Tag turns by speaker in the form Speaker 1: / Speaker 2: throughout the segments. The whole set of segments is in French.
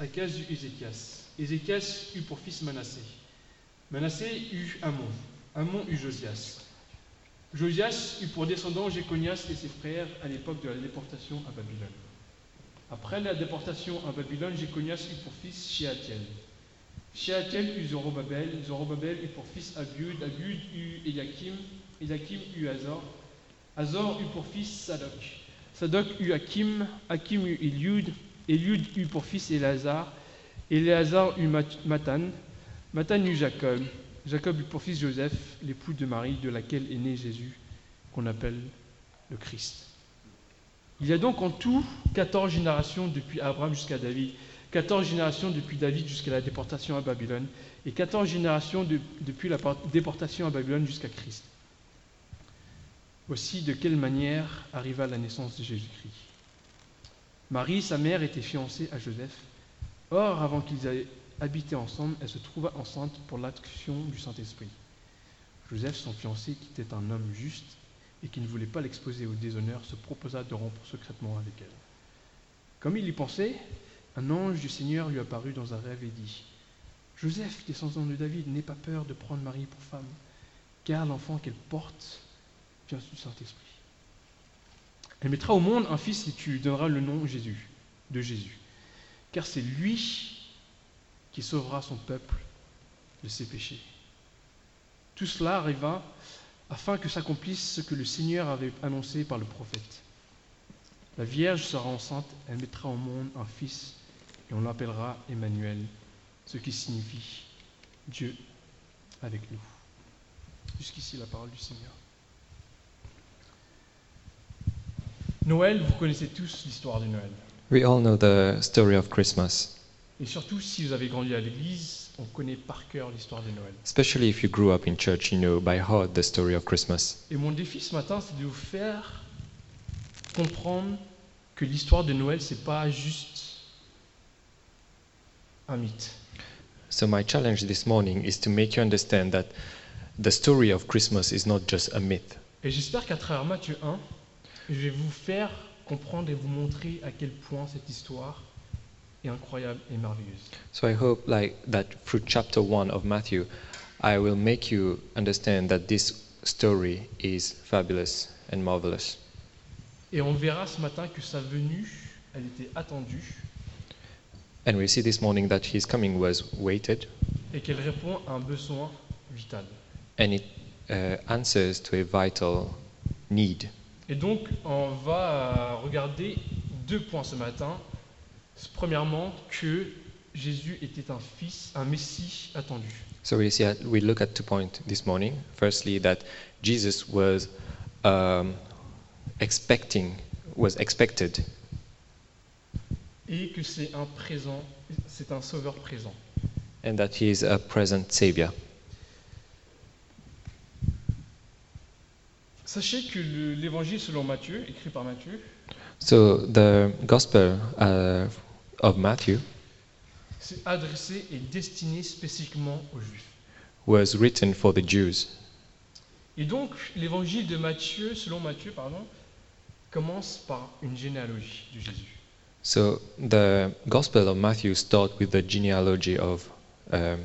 Speaker 1: La case du Ézéchias. Ézéchias eut pour fils Manassé. Manassé eut Amon. Amon eut Josias. Josias eut pour descendant Jéconias et ses frères à l'époque de la déportation à Babylone. Après la déportation à Babylone, Jéconias eut pour fils Shealtiel. Shealtiel eut Zorobabel, Zorobabel eut pour fils Abiud, Abiud eut Eliakim, Eliakim eut Azor, Azor eut pour fils Sadoc, Sadoc eut Hakim, Hakim eut Eliud, Eliud eut pour fils Éléazar, Éléazar eut Mat- Matan, Matan eut Jacob, Jacob eut pour fils Joseph, l'époux de Marie, de laquelle est né Jésus, qu'on appelle le Christ. Il y a donc en tout 14 générations depuis Abraham jusqu'à David, 14 générations depuis David jusqu'à la déportation à Babylone, et 14 générations de- depuis la por- déportation à Babylone jusqu'à Christ. Voici de quelle manière arriva la naissance de Jésus-Christ. Marie, sa mère, était fiancée à Joseph. Or, avant qu'ils aient habité ensemble, elle se trouva enceinte pour l'action du Saint-Esprit. Joseph, son fiancé, qui était un homme juste et qui ne voulait pas l'exposer au déshonneur, se proposa de rompre secrètement avec elle. Comme il y pensait, un ange du Seigneur lui apparut dans un rêve et dit Joseph, descendant de David, n'aie pas peur de prendre Marie pour femme, car l'enfant qu'elle porte vient du Saint-Esprit. Elle mettra au monde un fils et tu lui donneras le nom Jésus, de Jésus, car c'est lui qui sauvera son peuple de ses péchés. Tout cela arriva afin que s'accomplisse ce que le Seigneur avait annoncé par le prophète. La Vierge sera enceinte, elle mettra au monde un fils et on l'appellera Emmanuel, ce qui signifie Dieu avec nous. Jusqu'ici la parole du Seigneur. Noël, vous connaissez tous l'histoire de Noël.
Speaker 2: We all know the story of Christmas,
Speaker 1: Et surtout, si vous avez grandi à l'église, on connaît par cœur l'histoire de Noël.
Speaker 2: especially if you grew up in church, you know by heart the story of Christmas.
Speaker 1: Et mon défi ce matin, c'est de vous faire comprendre que l'histoire de Noël, c'est pas juste un mythe.
Speaker 2: So, my challenge this morning is to make you understand that the story of Christmas is not just a myth.
Speaker 1: Et j'espère qu'à travers Matthieu 1, je vais vous faire comprendre et vous montrer à quel point cette histoire est incroyable et merveilleuse.
Speaker 2: So, I hope like that through chapter 1 of Matthew, I will make you understand that this story is fabulous and marvelous.
Speaker 1: Et on verra ce matin que sa venue, elle était attendue
Speaker 2: And we see this morning that his coming was waited
Speaker 1: et qu'elle répond à un besoin vital.
Speaker 2: and it uh, answers to a vital need.
Speaker 1: Et donc, on va regarder deux points ce matin. Premièrement, que Jésus était un fils, un Messie attendu.
Speaker 2: So we see we look at two points this morning. Firstly, that Jesus was um, expecting was expected,
Speaker 1: Et que c'est un présent, c'est un sauveur présent.
Speaker 2: and that he is a present savior.
Speaker 1: Sachez que le- l'évangile selon Matthieu, écrit par Matthieu,
Speaker 2: So the gospel uh, of Matthew
Speaker 1: c'est adressé et destiné spécifiquement aux Juifs.
Speaker 2: was written for the Jews.
Speaker 1: Et donc, l'évangile de Matthieu, selon Matthieu, pardon, commence par une généalogie de Jésus.
Speaker 2: So the gospel of Matthew starts with the genealogy of um,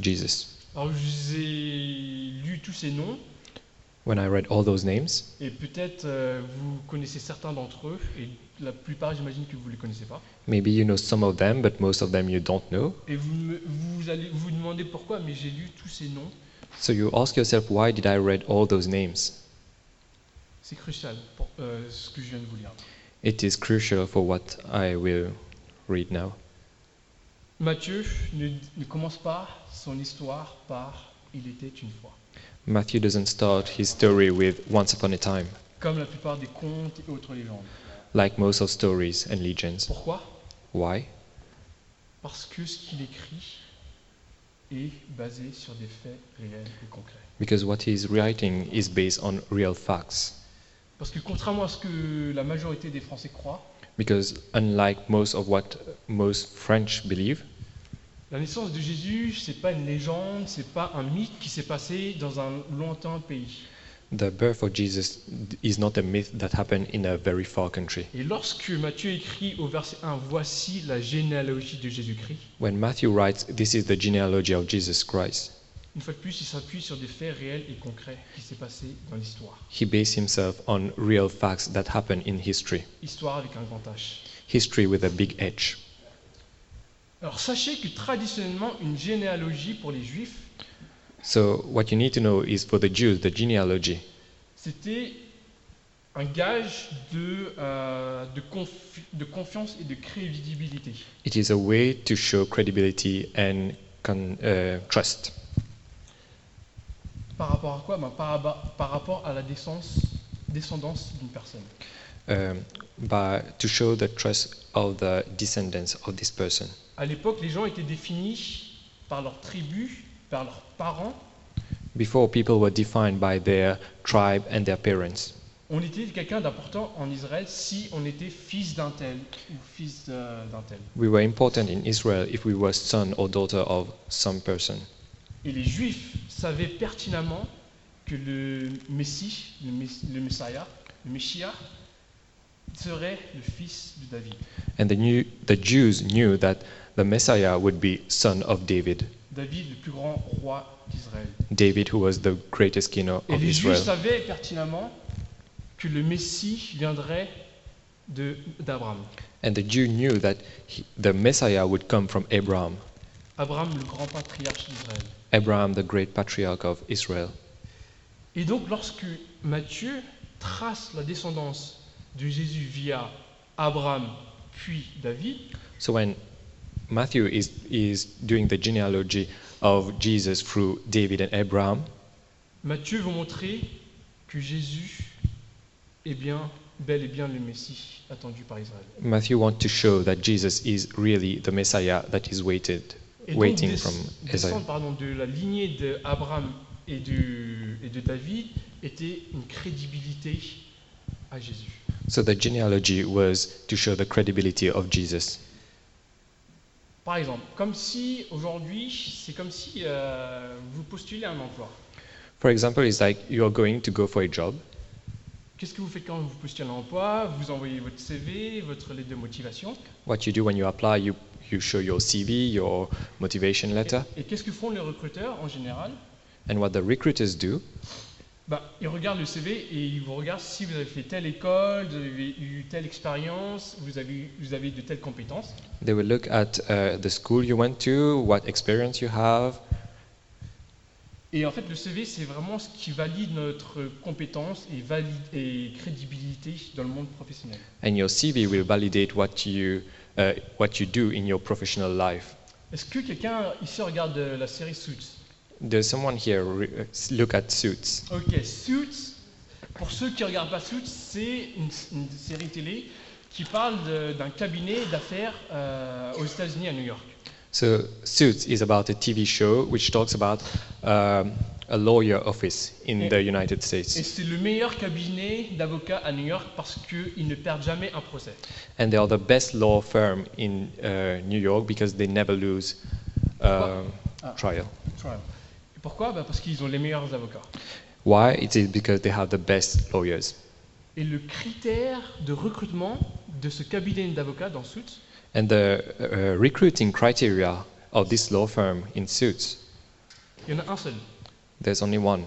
Speaker 2: Jesus.
Speaker 1: Alors, je vous ai lu tous ces noms,
Speaker 2: When I read all those names,
Speaker 1: Et peut-être euh, vous connaissez certains d'entre eux, et la plupart, j'imagine que vous ne les connaissez pas.
Speaker 2: maybe you know some of them, but most of them you don't know.
Speaker 1: Et vous me- vous allez vous demandez pourquoi, mais j'ai lu tous ces noms.
Speaker 2: So you ask yourself, why did I read all those names?
Speaker 1: C'est crucial pour euh, ce que je viens de vous lire.
Speaker 2: It is crucial for what I will read now.
Speaker 1: Matthieu ne, ne commence pas son histoire par Il était une fois.
Speaker 2: Matthew doesn't start his story with once upon a time,
Speaker 1: Comme la plupart des contes et autres légendes.
Speaker 2: like most of stories and legends.
Speaker 1: Pourquoi
Speaker 2: Why?
Speaker 1: Parce que ce qu'il écrit est basé sur des faits réels et concrets.
Speaker 2: Because what he is writing is based on real facts.
Speaker 1: Parce que contrairement à ce que la majorité des Français croient,
Speaker 2: Because unlike most of what most French believe,
Speaker 1: La naissance de Jésus, c'est pas une légende, c'est pas un mythe qui s'est passé dans un lointain pays.
Speaker 2: The birth of Jesus is not a myth that happened in a very far country.
Speaker 1: Et lorsque Matthieu écrit au verset 1, voici la généalogie de Jésus-Christ,
Speaker 2: When Matthew writes, This is the genealogy of Jesus Christ,
Speaker 1: une fois de plus, il s'appuie sur des faits réels et concrets qui s'est passé dans l'histoire.
Speaker 2: he based himself on real facts that happened in history,
Speaker 1: Histoire avec un grand H.
Speaker 2: history with a big H.
Speaker 1: Alors sachez que traditionnellement, une généalogie pour les Juifs,
Speaker 2: So, what you need to know is for the Jews, the genealogy
Speaker 1: c'était un gage de, euh, de, confi- de confiance et de crédibilité.
Speaker 2: It is a way to show credibility and con, uh, trust.
Speaker 1: Par rapport à quoi Ben, par, abba- par rapport à la descendance, descendance d'une personne.
Speaker 2: um, by, to show the trust of the descendants of this person.
Speaker 1: À l'époque, les gens étaient définis par leur tribu, par leurs parents.
Speaker 2: Before, people were defined by their tribe and their parents.
Speaker 1: On était quelqu'un d'important en Israël si on était fils d'un tel ou fils euh, d'un tel.
Speaker 2: We were important in Israel if we were son or daughter of some person.
Speaker 1: Et les Juifs savaient pertinemment que le Messie, le, Mess- le Messiah, le Messia, serait le fils de David.
Speaker 2: And the, new, the Jews knew that the Messiah would be son of David,
Speaker 1: David, le plus grand roi d'Israël.
Speaker 2: David who was the greatest king of
Speaker 1: Et les Juifs
Speaker 2: Israel.
Speaker 1: savaient pertinemment que le Messie viendrait de- d'Abraham.
Speaker 2: And the Jew knew that he, the Messiah would come from Abraham,
Speaker 1: Abraham, le grand patriarche d'Israël.
Speaker 2: Abraham the great patriarch of Israel.
Speaker 1: Et donc, lorsque Matthieu trace la descendance de Jésus via Abraham puis David,
Speaker 2: So when Matthew is, is doing the genealogy of Jesus through David and Abraham,
Speaker 1: Matthieu veut montrer que Jésus est bien, bel et bien le Messie attendu par Israël.
Speaker 2: Matthew wants to show that Jesus is really the Messiah that is waited,
Speaker 1: Et
Speaker 2: waiting
Speaker 1: donc,
Speaker 2: from
Speaker 1: des-
Speaker 2: Israel.
Speaker 1: descendre pardon, de la lignée d'Abraham et de, et de David était une crédibilité à Jésus.
Speaker 2: So the genealogy was to show the credibility of Jesus.
Speaker 1: Par exemple, comme si aujourd'hui, c'est comme si euh, vous postulez un emploi.
Speaker 2: For example, it's like you're going to go for a job.
Speaker 1: Qu'est-ce que vous faites quand vous postulez un emploi Vous envoyez votre CV, votre lettre de motivation.
Speaker 2: What you do when you apply, you, you show your CV, your motivation
Speaker 1: Et-
Speaker 2: letter.
Speaker 1: Et, qu'est-ce que font les recruteurs en général
Speaker 2: And what the recruiters do,
Speaker 1: Bah, Ils regardent le CV et ils vous regardent si vous avez fait telle école, vous avez eu telle expérience, vous avez, vous avez de telles compétences.
Speaker 2: they will look at uh, the school you went to, what experience you have,
Speaker 1: Et en fait, le CV, c'est vraiment ce qui valide notre compétence et, valide, et crédibilité dans le monde professionnel.
Speaker 2: and your CV will validate what you uh, what you do in your professional life.
Speaker 1: Est-ce que quelqu'un ici regarde euh, la série Suits
Speaker 2: Does someone here re- uh, s- look at Suits?
Speaker 1: Ok, Suits, pour ceux qui ne regardent pas Suits, c'est une, une série télé qui parle de- d'un cabinet d'affaires euh, aux États-Unis à New York.
Speaker 2: So Suits is about a TV show which talks about um, a lawyer office in
Speaker 1: Yeah.
Speaker 2: the United
Speaker 1: Et
Speaker 2: States,
Speaker 1: c'est le meilleur cabinet d'avocats à New York parce qu'ils ne perdent jamais un procès.
Speaker 2: and they are the best law firm in uh, New York because they never lose um,
Speaker 1: Ah.
Speaker 2: trial.
Speaker 1: Et Pourquoi Bah, Parce qu'ils ont les meilleurs avocats.
Speaker 2: Why? It is because they have the best lawyers,
Speaker 1: Et le critère de recrutement de ce cabinet d'avocats dans Suits,
Speaker 2: and the uh, recruiting criteria of this law firm in Suits.
Speaker 1: il y en a un seul.
Speaker 2: There's only one.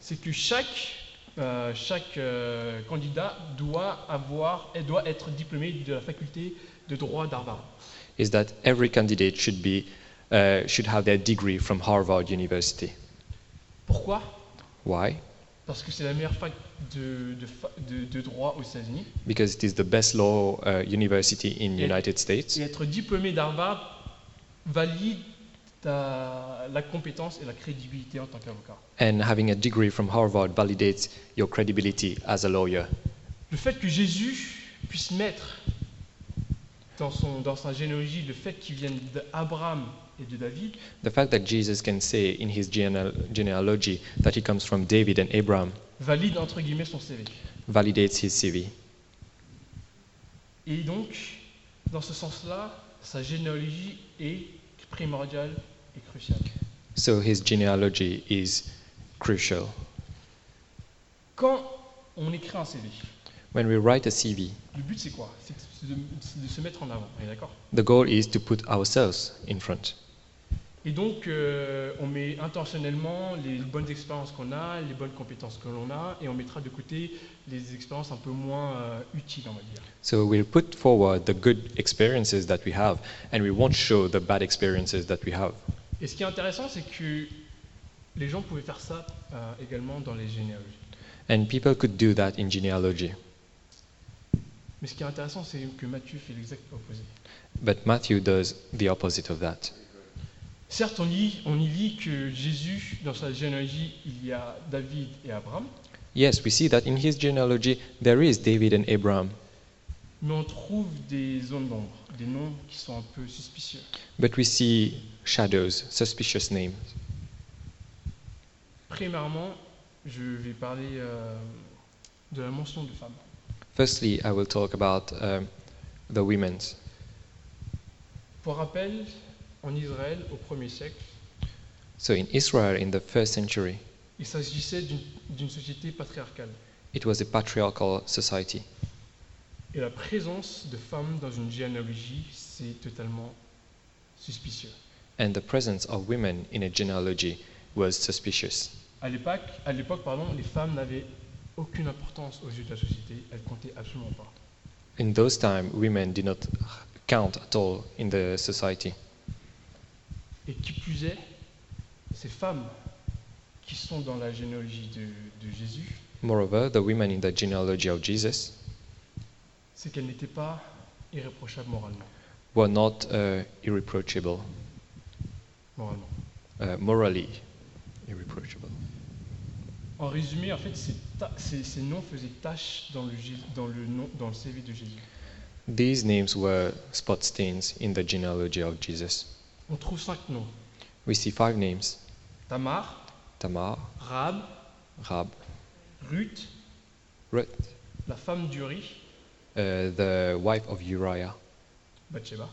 Speaker 1: C'est que chaque, euh, chaque euh, candidat doit, avoir, et doit être diplômé de la faculté de droit d'Harvard.
Speaker 2: is that every candidate should be uh, should have their degree from Harvard University.
Speaker 1: Pourquoi
Speaker 2: Why?
Speaker 1: Parce que c'est la meilleure fac de, de fa- de- de droit aux États-Unis.
Speaker 2: Because it is the best law uh, university in
Speaker 1: Yeah.
Speaker 2: United States,
Speaker 1: Et être diplômé d'Harvard valide ta- la compétence et la crédibilité en tant qu'avocat.
Speaker 2: and having a degree from Harvard validates your credibility as a lawyer.
Speaker 1: Le fait que Jésus puisse mettre dans, son, dans sa généalogie le fait qu'il vienne d'Abraham et de David,
Speaker 2: The fact that Jesus can say in his geneal- genealogy that he comes from David and Abraham
Speaker 1: valide entre guillemets son CV.
Speaker 2: validates his CV.
Speaker 1: Et donc, dans ce sens-là, sa généalogie est primordiale et cruciale.
Speaker 2: So his genealogy is crucial.
Speaker 1: Quand on écrit un CV,
Speaker 2: When we write a CV,
Speaker 1: le but c'est quoi C'est c'est de, c'est de se mettre en avant, on est d'accord
Speaker 2: the goal is to put ourselves in front.
Speaker 1: Et donc, euh, on met intentionnellement les bonnes expériences qu'on a, les bonnes compétences que l'on a, et on mettra de côté les expériences un peu moins euh, utiles, on va dire.
Speaker 2: So we'll put forward the good experiences that we have, and we won't show the bad experiences that we have.
Speaker 1: Et ce qui est intéressant, c'est que les gens pouvaient faire ça euh, également dans les généalogies.
Speaker 2: And people could do that in genealogy.
Speaker 1: Mais ce qui est intéressant, c'est que Matthieu fait l'exact opposé.
Speaker 2: But Matthew does the opposite of that.
Speaker 1: Certes, on y, on y lit que Jésus, dans sa généalogie, il y a David et Abraham,
Speaker 2: Yes, we see that in his genealogy there is David and Abraham,
Speaker 1: mais on trouve des zones d'ombre, des noms qui sont un peu suspicieux.
Speaker 2: but we see shadows, suspicious names.
Speaker 1: Primairement, je vais parler euh, de la mention de femmes.
Speaker 2: Firstly, I will talk about um, the women's.
Speaker 1: Pour rappel, en Israël, au 1er siècle,
Speaker 2: So in Israel in the first century,
Speaker 1: il s'agissait d'une- d'une société patriarcale.
Speaker 2: it was a patriarchal society,
Speaker 1: Et la présence de femmes dans une généalogie, c'est totalement suspicieux.
Speaker 2: and the presence of women in a genealogy was suspicious.
Speaker 1: À l'époque, à l'époque, pardon, les femmes n'avaient aucune importance aux yeux de la société, elles comptaient absolument pas.
Speaker 2: In those times, women did not count at all in the society,
Speaker 1: Et qui plus est, ces femmes qui sont dans la généalogie de, de Jésus,
Speaker 2: Moreover, the women in the genealogy of Jesus
Speaker 1: c'est qu'elles n'étaient pas irréprochables moralement.
Speaker 2: were not uh, irreproachable,
Speaker 1: moralement.
Speaker 2: uh, morally irreproachable.
Speaker 1: En résumé, en fait, ces, ta- ces- ces noms faisaient tache dans le, Jé- dans, le nom, dans le CV de Jésus.
Speaker 2: These names were spot stains in the genealogy of Jesus.
Speaker 1: On trouve cinq noms.
Speaker 2: We see five names
Speaker 1: Tamar,
Speaker 2: Tamar,
Speaker 1: Rahab,
Speaker 2: Rab,
Speaker 1: Ruth,
Speaker 2: Ruth,
Speaker 1: la femme d'Uri,
Speaker 2: uh, the wife of Uriah,
Speaker 1: Bathsheba,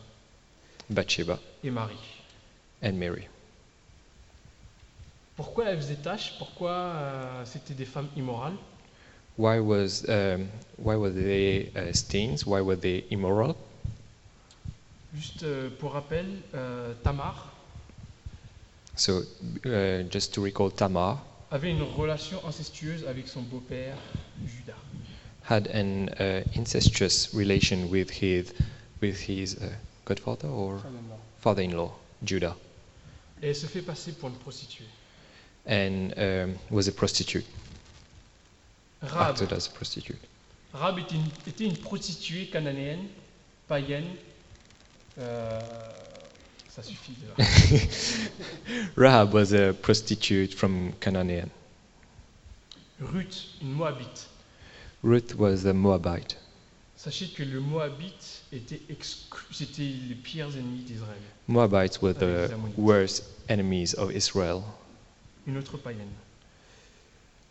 Speaker 2: Bathsheba,
Speaker 1: et Marie.
Speaker 2: and Mary.
Speaker 1: Pourquoi elles faisaient tache Pourquoi euh, c'était des femmes immorales
Speaker 2: Why, was, um, why were they uh, stains? Why were they immoral?
Speaker 1: Juste euh, pour rappel, euh, Tamar
Speaker 2: So, uh, just to recall, Tamar
Speaker 1: avait une relation incestueuse avec son beau-père Judas.
Speaker 2: had an uh, incestuous relation with his, with his uh, godfather or father-in-law, Judah,
Speaker 1: Et elle se fait passer pour une prostituée.
Speaker 2: and um, was a prostitute,
Speaker 1: Rahab,
Speaker 2: acted as a prostitute.
Speaker 1: Rahab était une, était une prostituée cananéenne, païenne. Euh, ça suffit déjà.
Speaker 2: Rahab was a prostitute from Canaan.
Speaker 1: Ruth, une Moabite.
Speaker 2: Ruth was a Moabite.
Speaker 1: Sachez que le Moabite était exclu, c'était les pires ennemis d'Israël.
Speaker 2: Moabites were the
Speaker 1: Avec les Ammonites.
Speaker 2: worst enemies of Israel.
Speaker 1: Une autre païenne.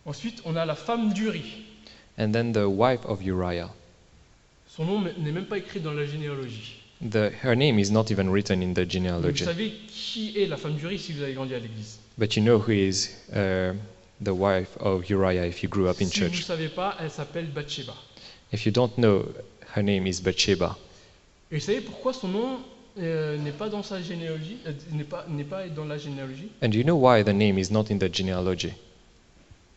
Speaker 1: Ensuite, on a la femme d'Uri.
Speaker 2: And then the wife of Uriah.
Speaker 1: Son nom n'est même pas écrit dans la généalogie.
Speaker 2: The, her name is not even written in the
Speaker 1: Donc, vous
Speaker 2: genealogy.
Speaker 1: savez qui est la femme d'Uri si vous avez grandi à l'église.
Speaker 2: But you know who is uh, the wife of Uriah if you grew up in
Speaker 1: Si vous ne
Speaker 2: church.
Speaker 1: savez pas, elle s'appelle Bathsheba.
Speaker 2: If you don't know, her name is Bathsheba.
Speaker 1: Et vous savez pourquoi son nom euh, n'est pas dans sa généalogie, euh, n'est pas n'est pas dans la généalogie
Speaker 2: And do you know why the name is not in the genealogy?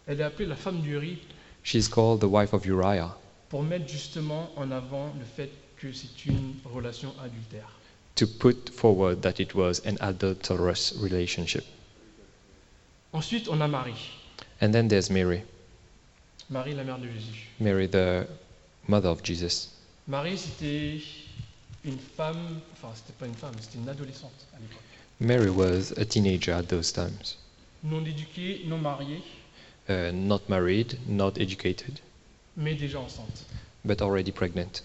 Speaker 1: Elle est appelée la femme d'Uri
Speaker 2: She is called the wife of Uriah
Speaker 1: pour mettre justement en avant le fait que c'est une relation adultère.
Speaker 2: to put forward that it was an adulterous relationship.
Speaker 1: Ensuite, on a Marie.
Speaker 2: And then there's Mary,
Speaker 1: Marie, la mère de Jésus.
Speaker 2: Mary the mother of Jesus.
Speaker 1: Marie, c'était une femme, enfin, c'était pas une femme, c'était une adolescente à l'époque.
Speaker 2: Mary was a teenager at those times,
Speaker 1: Non éduquée, non mariée,
Speaker 2: uh, not married, not educated,
Speaker 1: mais déjà enceinte.
Speaker 2: but already pregnant.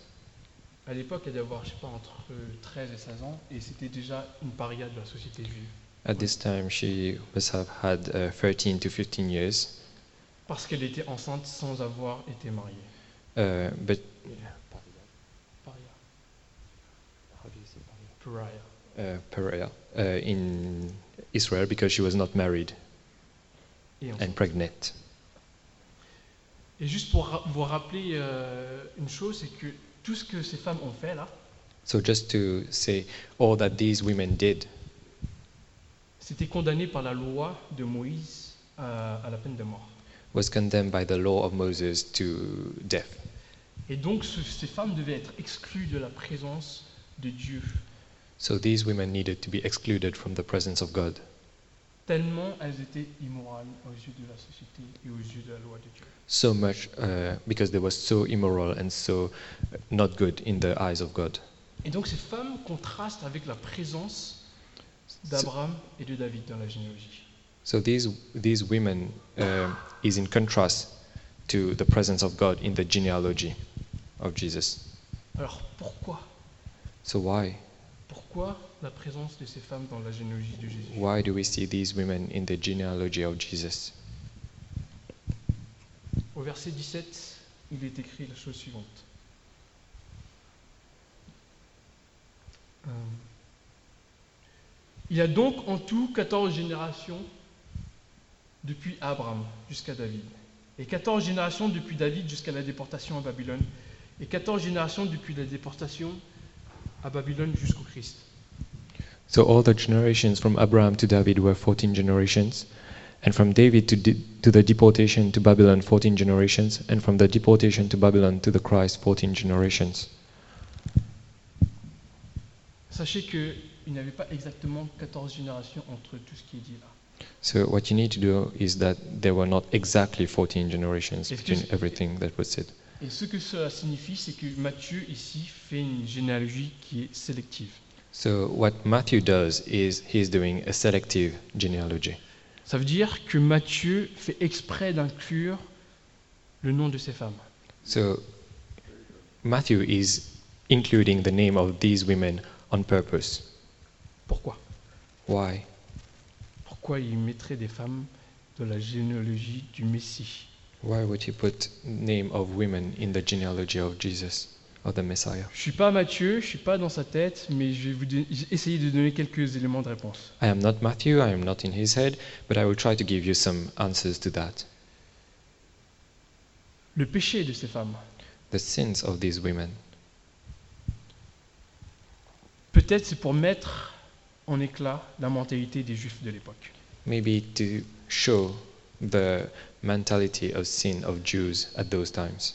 Speaker 1: À l'époque, elle devait avoir, je sais pas, entre euh, 13 et 16 ans, et c'était déjà une paria de la société juive.
Speaker 2: At this time, she must have had uh, 13 to 15 years,
Speaker 1: Parce qu'elle était enceinte sans avoir été mariée.
Speaker 2: uh, but
Speaker 1: Paria. Paria.
Speaker 2: uh, pariah uh, in Israel because she was not married
Speaker 1: Et enceinte.
Speaker 2: and pregnant.
Speaker 1: Et juste pour ra- vous rappeler euh, une chose, c'est que tout ce que ces femmes ont fait là,
Speaker 2: So just to say all that these women did
Speaker 1: c'était condamné par la loi de Moïse à, à la peine de mort.
Speaker 2: was condemned by the law of Moses to death.
Speaker 1: Et donc ce- ces femmes devaient être exclues de la présence de Dieu,
Speaker 2: So these women needed to be excluded from the presence of God
Speaker 1: tellement elles étaient immorales aux yeux de la société et aux yeux de la loi de Dieu.
Speaker 2: so much uh, because they were so immoral and so not good in the eyes of God.
Speaker 1: Et donc ces femmes contrastent avec la présence d'Abraham et de David dans la généalogie.
Speaker 2: So these these women uh, is in contrast to the presence of God in the genealogy of Jesus.
Speaker 1: Alors pourquoi
Speaker 2: So why
Speaker 1: Pourquoi la présence de ces femmes dans la généalogie de Jésus
Speaker 2: why do we see these women in the genealogy of Jesus?
Speaker 1: Au verset 17, il est écrit la chose suivante. Euh, Il y a donc en tout 14 générations depuis Abraham jusqu'à David, et 14 générations depuis David jusqu'à la déportation à Babylone, et 14 générations depuis la déportation à Babylone jusqu'au Christ.
Speaker 2: So all the generations from Abraham to David were 14 generations, and from David to, de- to the deportation to Babylon 14 generations, and from the deportation to Babylon to the Christ 14 generations.
Speaker 1: Sachez qu'il n'y avait pas exactement 14 générations entre tout ce qui est dit là.
Speaker 2: So what you need to do is that there were not exactly 14 generations
Speaker 1: It's
Speaker 2: between
Speaker 1: just-
Speaker 2: everything that was said.
Speaker 1: Et ce que cela signifie, c'est que Matthieu ici fait une généalogie qui est sélective.
Speaker 2: So what Matthew does is he's doing a selective genealogy.
Speaker 1: Ça veut dire que Matthieu fait exprès d'inclure le nom de ces femmes.
Speaker 2: So Matthew is including the name of these women on purpose.
Speaker 1: Pourquoi
Speaker 2: Why?
Speaker 1: Pourquoi il mettrait des femmes de la généalogie du Messie
Speaker 2: Why would he put name of women in the genealogy of Jesus, of the Messiah?
Speaker 1: Je suis pas Matthieu, je suis pas dans sa tête, mais je vais vous don- essayer de donner quelques éléments de réponse.
Speaker 2: I am not Matthew, I am not in his head, but I will try to give you some answers to that.
Speaker 1: Le péché de ces femmes.
Speaker 2: The sins of these women.
Speaker 1: Peut-être c'est pour mettre en éclat la mentalité des Juifs de l'époque.
Speaker 2: Maybe to show the mentality of sin of Jews at those times.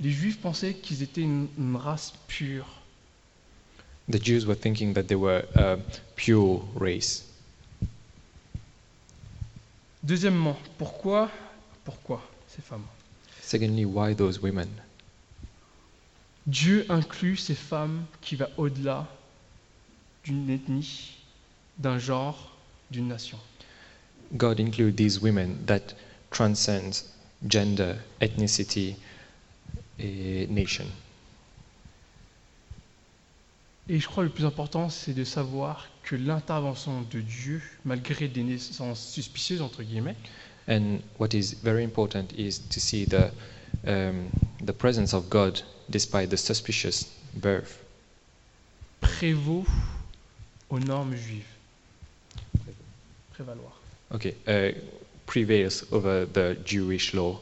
Speaker 1: Les Juifs pensaient qu'ils étaient une- une race pure,
Speaker 2: The Jews were thinking that they were a pure race.
Speaker 1: Deuxièmement, pourquoi, pourquoi ces femmes
Speaker 2: Secondly, why those women?
Speaker 1: Dieu inclut ces femmes qui va au-delà d'une ethnie, d'un genre, d'une nation.
Speaker 2: God include these women that transcends gender, ethnicity, a nation.
Speaker 1: Et je crois que le plus important, c'est de savoir que l'intervention de Dieu, malgré des naissances suspicieuses, entre guillemets,
Speaker 2: And what is very important is to see the um, the presence of God despite the suspicious birth.
Speaker 1: prévaut aux normes juives. Prévaloir.
Speaker 2: Okay, uh, prevails over the Jewish law.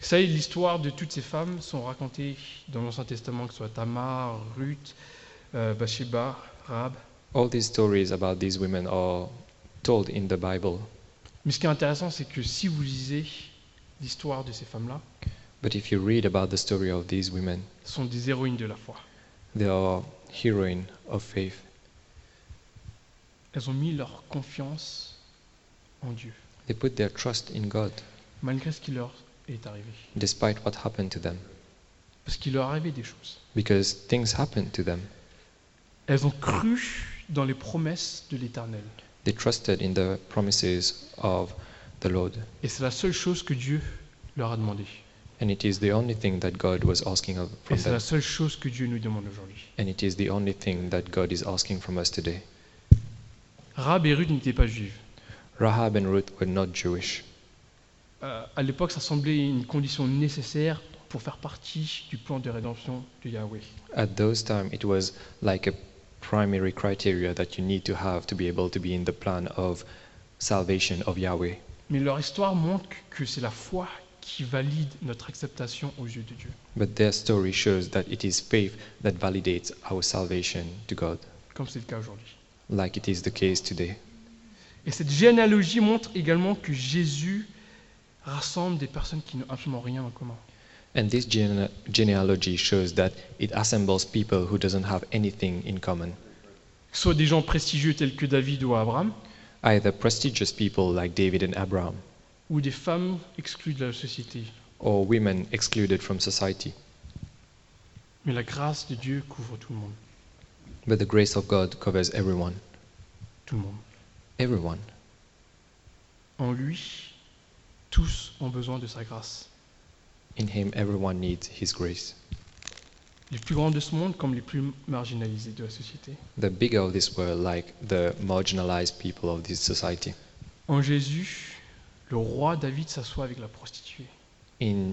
Speaker 1: Vous savez, l'histoire de toutes ces femmes sont racontées dans l'Ancien Testament, que ce soit Tamar, Ruth, euh, Bathsheba, Rahab.
Speaker 2: All these stories about these women are told in the Bible.
Speaker 1: Mais ce qui est intéressant, c'est que si vous lisez l'histoire de ces femmes-là,
Speaker 2: But if you read about the story of these women,
Speaker 1: ce sont des héroïnes de la foi.
Speaker 2: they are heroine of faith.
Speaker 1: Elles ont mis leur confiance en Dieu,
Speaker 2: They put their trust in God
Speaker 1: malgré ce qui leur est arrivé.
Speaker 2: despite what happened to them,
Speaker 1: Parce qu'il leur arrivait des choses.
Speaker 2: because things happened to them.
Speaker 1: Elles ont cru dans les promesses de l'Éternel.
Speaker 2: They trusted in the promises of the Lord.
Speaker 1: Et c'est la seule chose que Dieu leur a demandé.
Speaker 2: And it is the only thing that God was asking of
Speaker 1: Et
Speaker 2: from
Speaker 1: c'est
Speaker 2: them.
Speaker 1: la seule chose que Dieu nous demande aujourd'hui.
Speaker 2: And it is the only thing that God is asking from us today.
Speaker 1: Rahab et Ruth n'étaient pas juives.
Speaker 2: Rahab and Ruth were not Jewish.
Speaker 1: Euh, à l'époque, ça semblait une condition nécessaire pour faire partie du plan de rédemption de Yahweh.
Speaker 2: At those time, it was like a primary criteria that you need to have to be able to be in the plan of salvation of Yahweh.
Speaker 1: Mais leur histoire montre que c'est la foi qui valide notre acceptation aux yeux de Dieu.
Speaker 2: But their story shows that it is faith that validates our salvation to God,
Speaker 1: comme c'est le cas aujourd'hui.
Speaker 2: like it is the case today.
Speaker 1: Et cette généalogie montre également que Jésus rassemble des personnes qui n'ont absolument rien en commun.
Speaker 2: And this gene- genealogy shows that it assembles people who doesn't have anything in common,
Speaker 1: Soit des gens prestigieux tels que David ou Abraham,
Speaker 2: either prestigious people like David and Abraham,
Speaker 1: ou des femmes exclues de la société.
Speaker 2: or women excluded from society.
Speaker 1: Mais la grâce de Dieu couvre tout le monde.
Speaker 2: But the grace of God covers everyone,
Speaker 1: Tout le monde.
Speaker 2: everyone.
Speaker 1: En lui, tous ont besoin de sa grâce.
Speaker 2: In Him, everyone needs His grace.
Speaker 1: Les plus grands de ce monde comme les plus marginalisés de la société.
Speaker 2: The bigger of this world, like the marginalized people of this society.
Speaker 1: En Jésus, le roi David s'assoit avec la prostituée.
Speaker 2: In,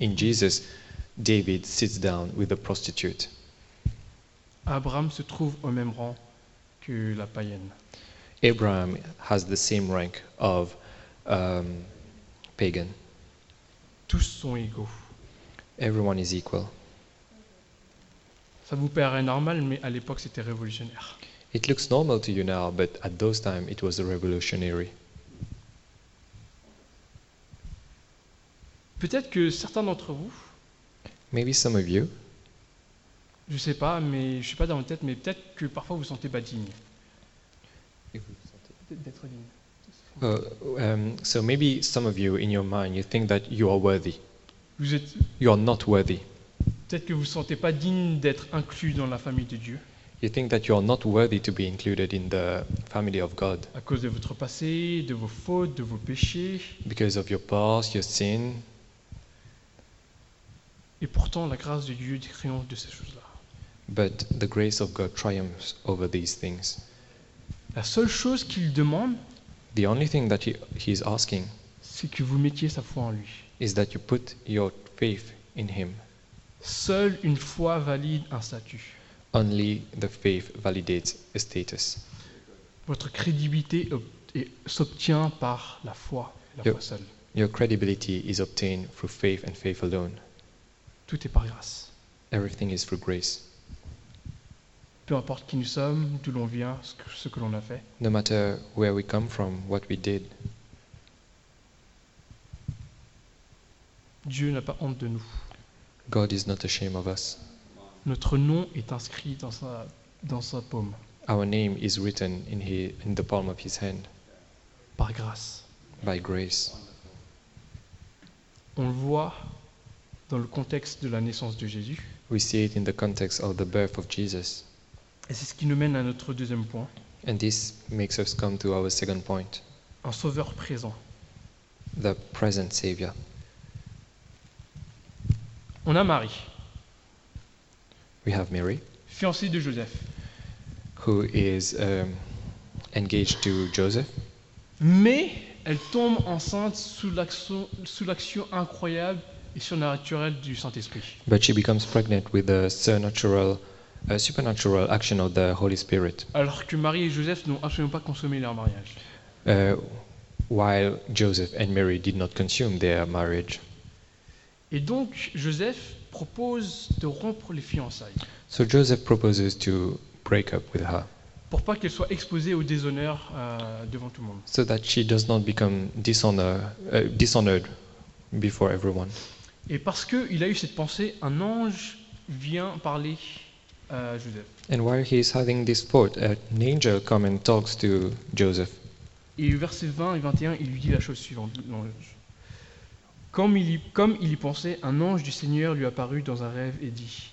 Speaker 2: in Jesus, David sits down with a prostitute.
Speaker 1: Abraham se trouve au même rang que la païenne.
Speaker 2: Abraham has the same rank of um, pagan.
Speaker 1: Tous sont égaux.
Speaker 2: Everyone is equal.
Speaker 1: Ça vous paraît normal, mais à l'époque c'était révolutionnaire.
Speaker 2: It looks normal to you now, but at those times it was revolutionary.
Speaker 1: Peut-être que certains d'entre vous,
Speaker 2: Maybe some of you,
Speaker 1: je sais pas, mais je suis pas dans votre tête, mais peut-être que parfois vous vous sentez pas digne. D'être digne.
Speaker 2: uh, um, so maybe some of you in your mind, you think that you are worthy.
Speaker 1: Vous êtes,
Speaker 2: You are not worthy.
Speaker 1: peut-être que vous vous sentez pas digne d'être inclus dans la famille de Dieu
Speaker 2: You think that you are not worthy to be included in the family of God
Speaker 1: à cause de votre passé, de vos fautes, de vos péchés.
Speaker 2: because of your past, your sin,
Speaker 1: Et pourtant, la grâce de Dieu triomphe de ces choses-là.
Speaker 2: but the grace of God triumphs over these things.
Speaker 1: La seule chose qu'il demande,
Speaker 2: The only thing that he, he is asking
Speaker 1: c'est que vous mettiez sa foi en lui.
Speaker 2: is that you put your faith in Him.
Speaker 1: Seule une foi valide un statut.
Speaker 2: Only the faith validates a status.
Speaker 1: Votre crédibilité ob- est- s'obtient par la foi, la
Speaker 2: Yep.
Speaker 1: foi seule.
Speaker 2: Your credibility is obtained through faith and faith alone.
Speaker 1: Tout est par grâce.
Speaker 2: Everything is through grace.
Speaker 1: Peu importe qui nous sommes, d'où l'on vient, ce que, ce que l'on a fait.
Speaker 2: No matter where we come from, what we did,
Speaker 1: Dieu n'a pas honte de nous.
Speaker 2: God is not ashamed of us.
Speaker 1: Notre nom est inscrit dans sa, dans sa paume,
Speaker 2: Our name is written in, he, in the palm of His hand
Speaker 1: par grâce.
Speaker 2: by grace.
Speaker 1: On le voit dans le contexte de la naissance de Jésus.
Speaker 2: We see it in the context of the birth of Jesus.
Speaker 1: Et c'est ce qui nous mène à notre deuxième point,
Speaker 2: And this makes us come to our second point
Speaker 1: un sauveur présent.
Speaker 2: the present Savior.
Speaker 1: On a Marie,
Speaker 2: We have Mary,
Speaker 1: fiancée de Joseph.
Speaker 2: who is um, engaged to Joseph,
Speaker 1: Mais elle tombe enceinte sous l'action sous l'action incroyable et surnaturelle du Saint-Esprit.
Speaker 2: but she becomes pregnant with the supernatural, uh, supernatural action of the Holy Spirit.
Speaker 1: Alors que Marie et Joseph n'ont absolument pas consommé leur mariage.
Speaker 2: Uh, while Joseph and Mary did not consume their marriage.
Speaker 1: Et donc Joseph propose de rompre les fiançailles
Speaker 2: So Joseph proposes to break up with her
Speaker 1: pour pas qu'elle soit exposée au déshonneur euh, devant tout le monde.
Speaker 2: so that she does not become dishonor, uh, dishonored before everyone.
Speaker 1: Et parce qu'il a eu cette pensée, un ange vient parler euh, à Joseph.
Speaker 2: And while he is having this thought, an angel comes and talks to Joseph.
Speaker 1: Et verset 20 et 21, il lui dit la chose suivante. l'ange. Comme il, y, comme il y pensait, un ange du Seigneur lui apparut dans un rêve et dit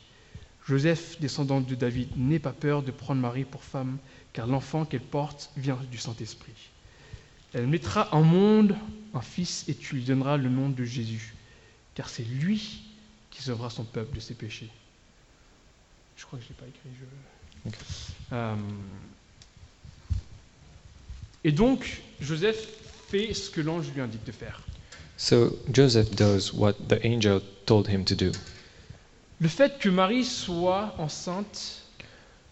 Speaker 1: Joseph, descendant de David, n'aie pas peur de prendre Marie pour femme, car l'enfant qu'elle porte vient du Saint-Esprit. Elle mettra en monde un fils et tu lui donneras le nom de Jésus, car c'est lui qui sauvera son peuple de ses péchés. Je crois que je l'ai pas écrit. je-
Speaker 2: Ok.
Speaker 1: Euh, et donc, Joseph fait ce que l'ange lui indique de faire.
Speaker 2: So Joseph does what the angel told him to do.
Speaker 1: Le fait que Marie soit enceinte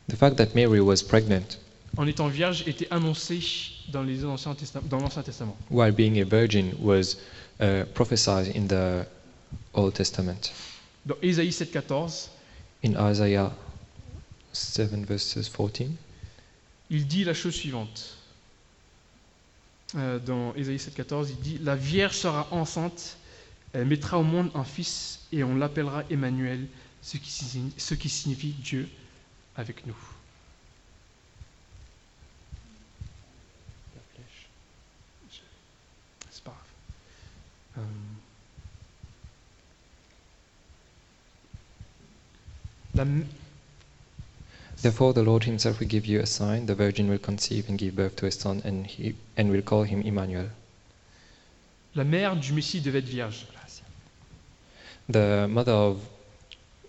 Speaker 2: The fact that Mary was pregnant
Speaker 1: en étant vierge, était annoncée dans les Anciens Testa- dans l'Ancien Testament.
Speaker 2: while being a virgin was uh, prophesied in the Old Testament.
Speaker 1: Dans Ésaïe 7,14,
Speaker 2: In Isaiah 7, verses 14,
Speaker 1: il dit la chose suivante. Euh, dans Ésaïe 7,14, il dit La Vierge sera enceinte, elle mettra au monde un fils, et on l'appellera Emmanuel, ce qui, signi- ce qui signifie Dieu avec nous. La flèche. Je- C'est pas grave. Euh, la m-
Speaker 2: Therefore, the Lord Himself will give you a sign: the virgin will conceive and give birth to a son, and he and will call him Emmanuel.
Speaker 1: la mère du Messie devait être vierge.
Speaker 2: The mother of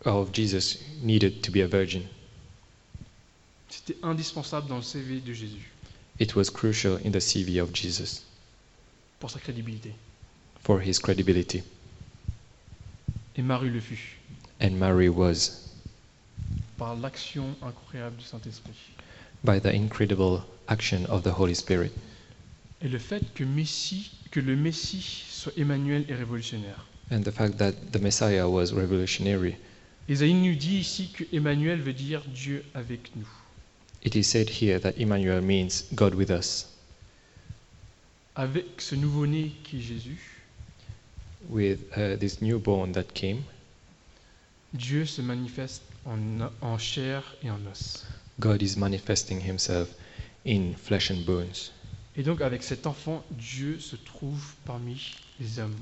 Speaker 2: of Jesus needed to be a virgin.
Speaker 1: C'était indispensable dans le CV de Jésus
Speaker 2: It was crucial in the CV of Jesus
Speaker 1: pour sa crédibilité.
Speaker 2: for his credibility,
Speaker 1: Et Marie le fut
Speaker 2: and Mary was
Speaker 1: par l'action incroyable du Saint-Esprit.
Speaker 2: by the incredible action of the Holy Spirit.
Speaker 1: Et le fait que, Messie, que le Messie soit Emmanuel est révolutionnaire.
Speaker 2: And the fact that the Messiah was revolutionary.
Speaker 1: Ésaïe nous dit ici que Emmanuel veut dire Dieu avec nous.
Speaker 2: It is said here that Emmanuel means God with us.
Speaker 1: Avec ce nouveau-né qui est Jésus,
Speaker 2: With uh, this newborn that came,
Speaker 1: Dieu se manifeste en, en chair et en os.
Speaker 2: God is manifesting himself in flesh and bones.
Speaker 1: Et donc avec cet enfant, Dieu se trouve parmi les hommes.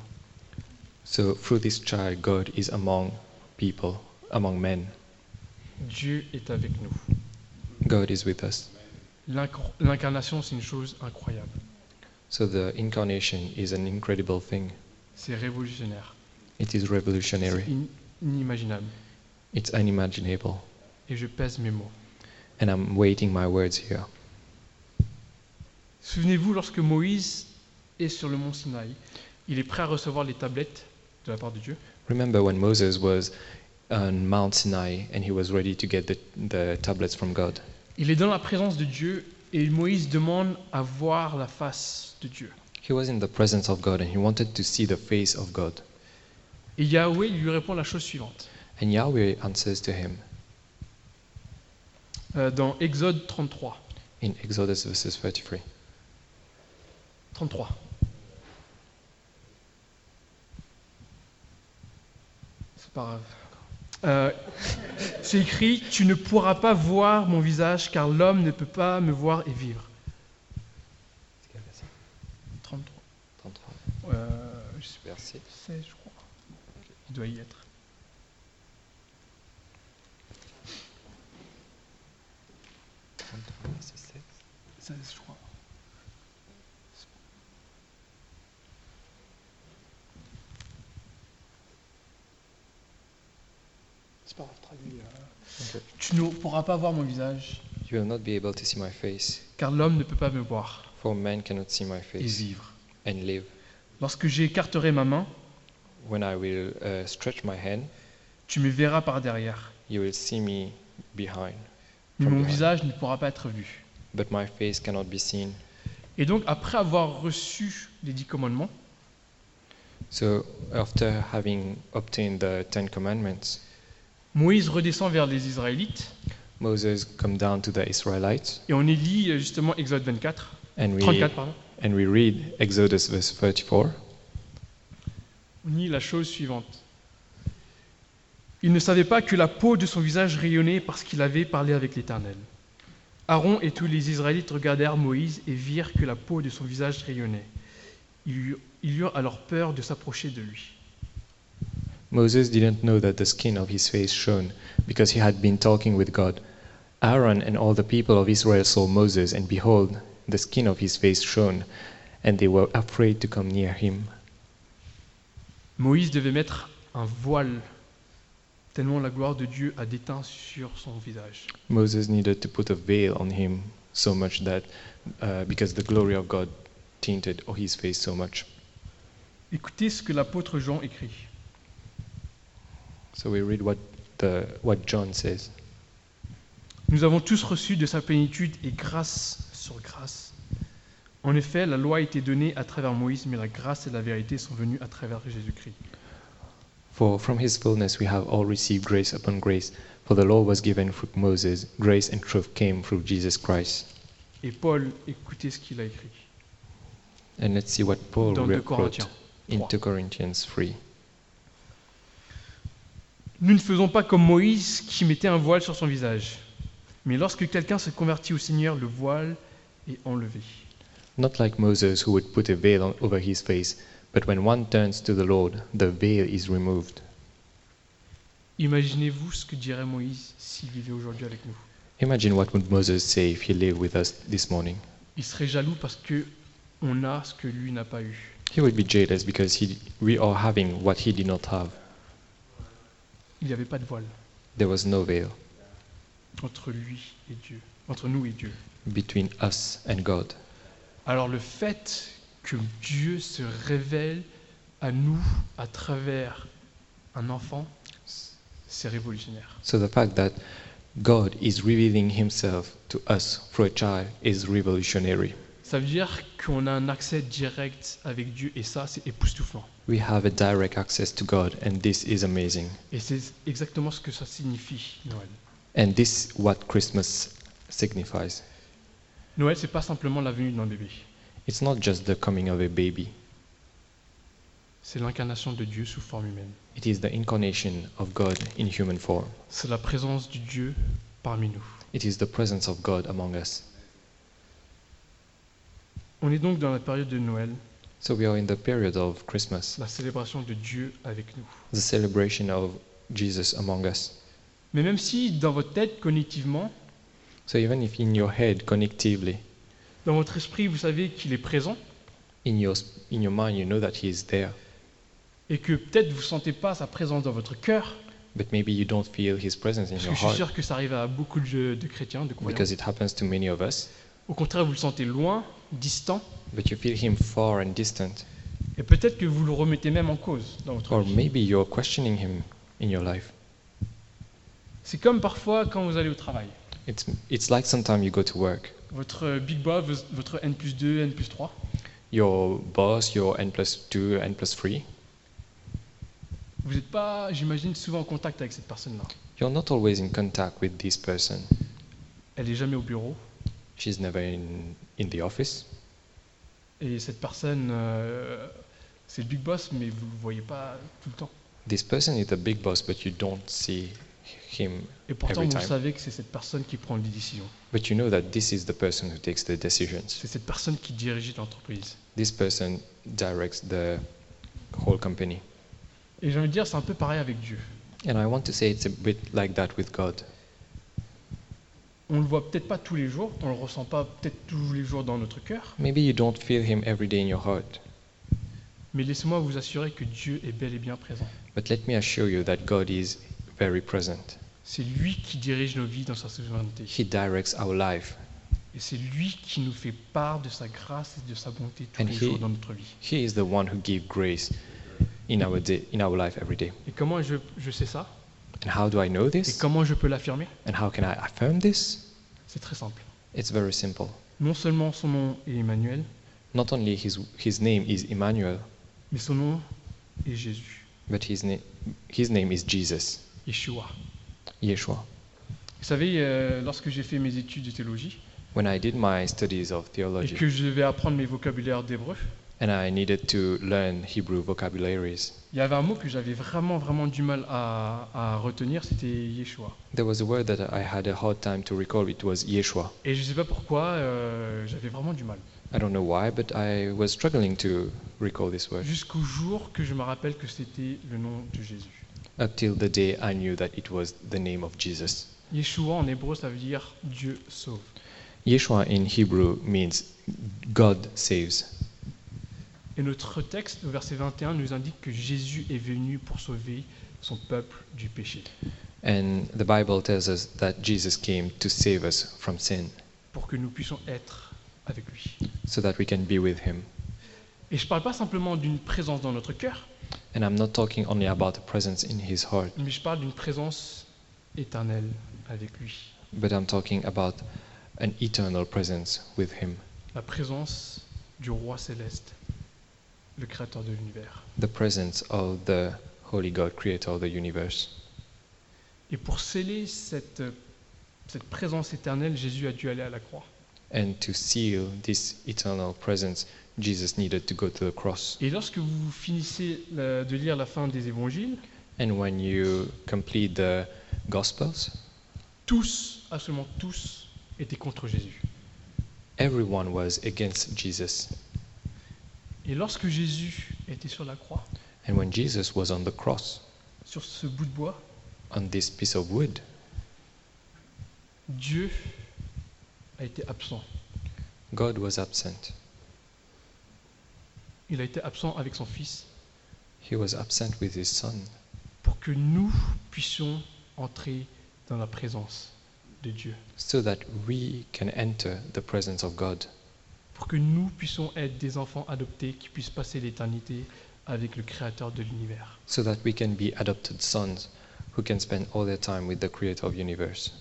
Speaker 2: So through this child, God is among people, among men.
Speaker 1: Dieu est avec nous.
Speaker 2: God is with us.
Speaker 1: L'inc- L'incarnation, c'est une chose incroyable.
Speaker 2: So the incarnation is an incredible thing.
Speaker 1: C'est révolutionnaire.
Speaker 2: It is
Speaker 1: C'est
Speaker 2: revolutionary.
Speaker 1: in- inimaginable.
Speaker 2: It's unimaginable.
Speaker 1: Et je pèse mes mots.
Speaker 2: And I'm waiting my words here.
Speaker 1: Souvenez-vous, lorsque Moïse est sur le mont Sinaï, il est prêt à recevoir les tablettes de la part de Dieu.
Speaker 2: Remember when Moses was on Mount Sinai and he was ready to get the, the tablets from God?
Speaker 1: Il est dans la présence de Dieu et Moïse demande à voir la face de Dieu.
Speaker 2: He was in the presence of God and he wanted to see the face of God.
Speaker 1: Et Yahweh lui répond la chose suivante.
Speaker 2: And Yahweh answers to him
Speaker 1: Euh, dans Exode 33,
Speaker 2: in Exodus verses 33.
Speaker 1: 33. C'est pas grave. Euh, c'est écrit Tu ne pourras pas voir mon visage, car l'homme ne peut pas me voir et vivre. 33. Euh, je sais pas, 16, je crois. Il doit y être. Ça, je crois. C'est pas grave, traduit. euh.
Speaker 2: Ok.
Speaker 1: Tu ne pourras pas voir mon visage,
Speaker 2: You will not be able to see my face,
Speaker 1: car l'homme ne peut pas me voir
Speaker 2: for man cannot see my
Speaker 1: et
Speaker 2: face
Speaker 1: vivre.
Speaker 2: and live.
Speaker 1: Lorsque j'écarterai ma main,
Speaker 2: When I will uh, stretch my hand,
Speaker 1: tu me verras par derrière,
Speaker 2: you will see me behind,
Speaker 1: mais
Speaker 2: From
Speaker 1: mon
Speaker 2: behind.
Speaker 1: visage ne pourra pas être vu.
Speaker 2: but my face cannot be seen.
Speaker 1: Et donc, après avoir reçu les dix commandements,
Speaker 2: So, after having obtained the Ten Commandments,
Speaker 1: Moïse redescend vers les Israélites,
Speaker 2: Moses come down to the Israelites,
Speaker 1: et on y lit euh, justement Exode 24,
Speaker 2: and we
Speaker 1: 34, pardon.
Speaker 2: and we read Exodus verse 34.
Speaker 1: On y lit la chose suivante. Il ne savait pas que la peau de son visage rayonnait parce qu'il avait parlé avec l'Éternel. Aaron et tous les Israélites regardèrent Moïse et virent que la peau de son visage rayonnait. Ils eurent- ils eurent alors peur de s'approcher de lui.
Speaker 2: Moses didn't know that the skin of his face shone, because he had been talking with God. Aaron and all the people of Israel saw Moses, and behold, the skin of his face shone, and they were afraid to come near him.
Speaker 1: Moïse devait mettre un voile, tellement la gloire de Dieu a déteint sur son visage.
Speaker 2: Moses needed to put a veil on him so much that, uh, because the glory of God tinted his face so much.
Speaker 1: Écoutez ce que l'apôtre Jean écrit.
Speaker 2: So we read what the what John says.
Speaker 1: Nous avons tous reçu de sa plénitude et grâce sur grâce. En effet, la loi a été donnée à travers Moïse, mais la grâce et la vérité sont venues à travers Jésus-Christ.
Speaker 2: For from his fullness we have all received grace upon grace, for the law was given through Moses, grace and truth came through Jesus Christ.
Speaker 1: Et Paul, écoutez ce qu'il a écrit
Speaker 2: And let's see what Paul
Speaker 1: dans 2
Speaker 2: wrote
Speaker 1: Corinthiens.
Speaker 2: in
Speaker 1: 3.
Speaker 2: 2 Corinthians 3.
Speaker 1: Nous ne faisons pas comme Moïse qui mettait un voile sur son visage. Mais lorsque quelqu'un se convertit au Seigneur, le voile est enlevé.
Speaker 2: Not like Moses who would put a veil on, over his face, but when one turns to the Lord, the veil is removed.
Speaker 1: Imaginez-vous ce que dirait Moïse s'il vivait aujourd'hui avec nous.
Speaker 2: Imagine what would Moses say if he lived with us this morning.
Speaker 1: Il serait jaloux parce que on a ce que lui n'a pas eu.
Speaker 2: He would be jealous because he, we are having what he did not have.
Speaker 1: Il n'y avait pas de voile
Speaker 2: There was no veil
Speaker 1: entre lui et Dieu, entre nous et Dieu.
Speaker 2: between us and God.
Speaker 1: Alors le fait que Dieu se révèle à nous à travers un enfant, c'est révolutionnaire.
Speaker 2: So the fact that God is revealing himself to us through a child is revolutionary.
Speaker 1: Ça veut dire qu'on a un accès direct avec Dieu et ça, c'est époustouflant.
Speaker 2: We have a direct access to God, and this is amazing.
Speaker 1: Et c'est exactement ce que ça signifie, Noël.
Speaker 2: And this what Christmas signifies.
Speaker 1: Noël, c'est pas simplement la venue d'un bébé.
Speaker 2: It's not just the coming of a baby,
Speaker 1: C'est l'incarnation de Dieu sous forme humaine.
Speaker 2: it is the incarnation of God in human form.
Speaker 1: C'est la présence du Dieu parmi nous.
Speaker 2: It is the presence of God among us.
Speaker 1: On est donc dans la période de Noël,
Speaker 2: So we are in the period of Christmas,
Speaker 1: la célébration de Dieu avec nous.
Speaker 2: the celebration of Jesus among us.
Speaker 1: Mais même si dans votre tête, cognitivement,
Speaker 2: So even if in your head, connectively,
Speaker 1: dans votre esprit, vous savez qu'il est présent
Speaker 2: in your, s- in your mind, you know that He is there,
Speaker 1: et que peut-être vous ne sentez pas sa présence dans votre cœur,
Speaker 2: but maybe you don't feel His presence in
Speaker 1: parce
Speaker 2: your
Speaker 1: que je suis
Speaker 2: heart
Speaker 1: sûr que ça arrive à beaucoup de, de chrétiens, de croyants.
Speaker 2: because it happens to many of us,
Speaker 1: Au contraire, vous le sentez loin, distant,
Speaker 2: but you feel Him far and distant,
Speaker 1: et peut-être que vous le remettez même en cause dans votre
Speaker 2: or
Speaker 1: vie.
Speaker 2: maybe you're questioning Him in your life.
Speaker 1: C'est comme parfois quand vous allez au travail.
Speaker 2: It's, it's like sometimes you go to work.
Speaker 1: Votre euh, big boss, vos- votre N plus 2, N plus 3,
Speaker 2: Your boss, your N plus 2, N plus 3,
Speaker 1: vous n'êtes pas, j'imagine, souvent en contact avec cette personne-là.
Speaker 2: you're not always in contact with this person.
Speaker 1: Elle n'est jamais au bureau,
Speaker 2: She's never in, in the office.
Speaker 1: et cette personne, euh, c'est le big boss, mais vous ne le voyez pas tout le temps.
Speaker 2: This person is the big boss, but you don't see him.
Speaker 1: Et pourtant,
Speaker 2: Every
Speaker 1: vous
Speaker 2: time.
Speaker 1: savez que c'est cette personne qui prend les décisions.
Speaker 2: But you know that this is the person who takes the decisions.
Speaker 1: C'est cette personne qui dirige l'entreprise.
Speaker 2: This person directs the whole company.
Speaker 1: Et j'ai envie de dire, c'est un peu pareil avec Dieu.
Speaker 2: And I want to say it's a bit like that with God.
Speaker 1: On le voit peut-être pas tous les jours, on le ressent pas peut-être tous les jours dans notre cœur,
Speaker 2: Maybe you don't feel him every day in your heart,
Speaker 1: mais laissez-moi vous assurer que Dieu est bel et bien présent.
Speaker 2: but let me assure you that God is very present.
Speaker 1: C'est lui qui dirige nos vies dans sa souveraineté.
Speaker 2: He directs our life.
Speaker 1: Et c'est lui qui nous fait part de sa grâce et de sa bonté tous
Speaker 2: And
Speaker 1: les
Speaker 2: he-
Speaker 1: jours dans notre vie.
Speaker 2: He is the one who gives grace in our day, in our life every day.
Speaker 1: Et comment je, je sais ça
Speaker 2: And how do I know
Speaker 1: Et
Speaker 2: this?
Speaker 1: comment je peux l'affirmer
Speaker 2: And how can I affirm this?
Speaker 1: C'est très simple.
Speaker 2: It's very simple.
Speaker 1: Non seulement son nom est Emmanuel,
Speaker 2: Not only his his name is Emmanuel,
Speaker 1: mais son nom est Jésus,
Speaker 2: But his name, his name is Jesus,
Speaker 1: Yeshua.
Speaker 2: Yeshua.
Speaker 1: Vous savez, euh, lorsque j'ai fait mes études de théologie
Speaker 2: When I did my studies of
Speaker 1: et
Speaker 2: theology
Speaker 1: que je devais apprendre mes vocabulaires d'hébreu,
Speaker 2: and I needed to learn Hebrew vocabularies,
Speaker 1: il y avait un mot que j'avais vraiment, vraiment du mal à, à retenir, c'était Yeshua.
Speaker 2: there was a word that I had a hard time to recall. It was Yeshua.
Speaker 1: Et je ne sais pas pourquoi, euh, j'avais vraiment du mal.
Speaker 2: I don't know why, but I was struggling to recall this word
Speaker 1: Jusqu'au jour que je me rappelle que c'était le nom de Jésus.
Speaker 2: up till the day I knew that it was the name of Jesus.
Speaker 1: Yeshua en hébreu, ça veut dire Dieu sauve.
Speaker 2: Yeshua in Hebrew means God saves.
Speaker 1: Et notre texte, au verset 21, nous indique que Jésus est venu pour sauver son peuple du péché.
Speaker 2: And the Bible tells us that Jesus came to save us from sin
Speaker 1: pour que nous puissions être avec lui.
Speaker 2: so that we can be with him.
Speaker 1: Et je ne parle pas simplement d'une présence dans notre cœur,
Speaker 2: And I'm not talking only about the presence in his heart.
Speaker 1: mais je parle d'une présence éternelle avec lui.
Speaker 2: but I'm talking about an eternal presence with Him,
Speaker 1: la présence du roi céleste, le créateur de l'univers.
Speaker 2: the presence of the Holy God, creator of the universe.
Speaker 1: Et pour sceller cette, cette présence éternelle, Jésus a dû aller à la croix.
Speaker 2: And to seal this eternal presence, Jesus needed to go to the cross.
Speaker 1: Et lorsque vous finissez euh, de lire la fin des évangiles,
Speaker 2: And when you complete the Gospels,
Speaker 1: tous, absolument tous, étaient contre Jésus.
Speaker 2: everyone was against Jesus.
Speaker 1: Et lorsque Jésus était sur la croix,
Speaker 2: And when Jesus was on the cross,
Speaker 1: sur ce bout de bois,
Speaker 2: on this piece of wood,
Speaker 1: Dieu a été absent.
Speaker 2: God was absent.
Speaker 1: Il a été absent avec son Fils
Speaker 2: He was absent with his Son
Speaker 1: pour que nous puissions entrer dans la présence de Dieu,
Speaker 2: so that we can enter the presence of God,
Speaker 1: pour que nous puissions être des enfants adoptés qui puissent passer l'éternité avec le Créateur de l'univers.
Speaker 2: so that we can be adopted sons who can spend all their time with the Creator of universe.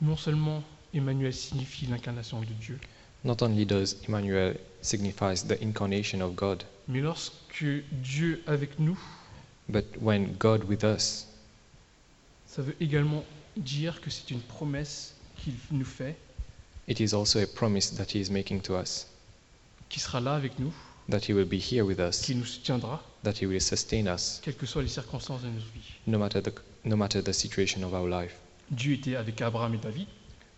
Speaker 1: Non seulement Emmanuel signifie l'incarnation de Dieu,
Speaker 2: Not only does Emmanuel signifies the incarnation of God,
Speaker 1: mais lorsque Dieu avec nous,
Speaker 2: but when God with us,
Speaker 1: ça veut également dire que c'est une promesse qu'il nous fait,
Speaker 2: it is also a promise that he is making to us,
Speaker 1: qui sera là avec nous,
Speaker 2: that he will be here with us,
Speaker 1: qui nous soutiendra,
Speaker 2: that he will sustain us
Speaker 1: quelles que soient les circonstances de nos vies.
Speaker 2: no matter the no matter the situation of our life.
Speaker 1: Dieu était avec Abraham et David,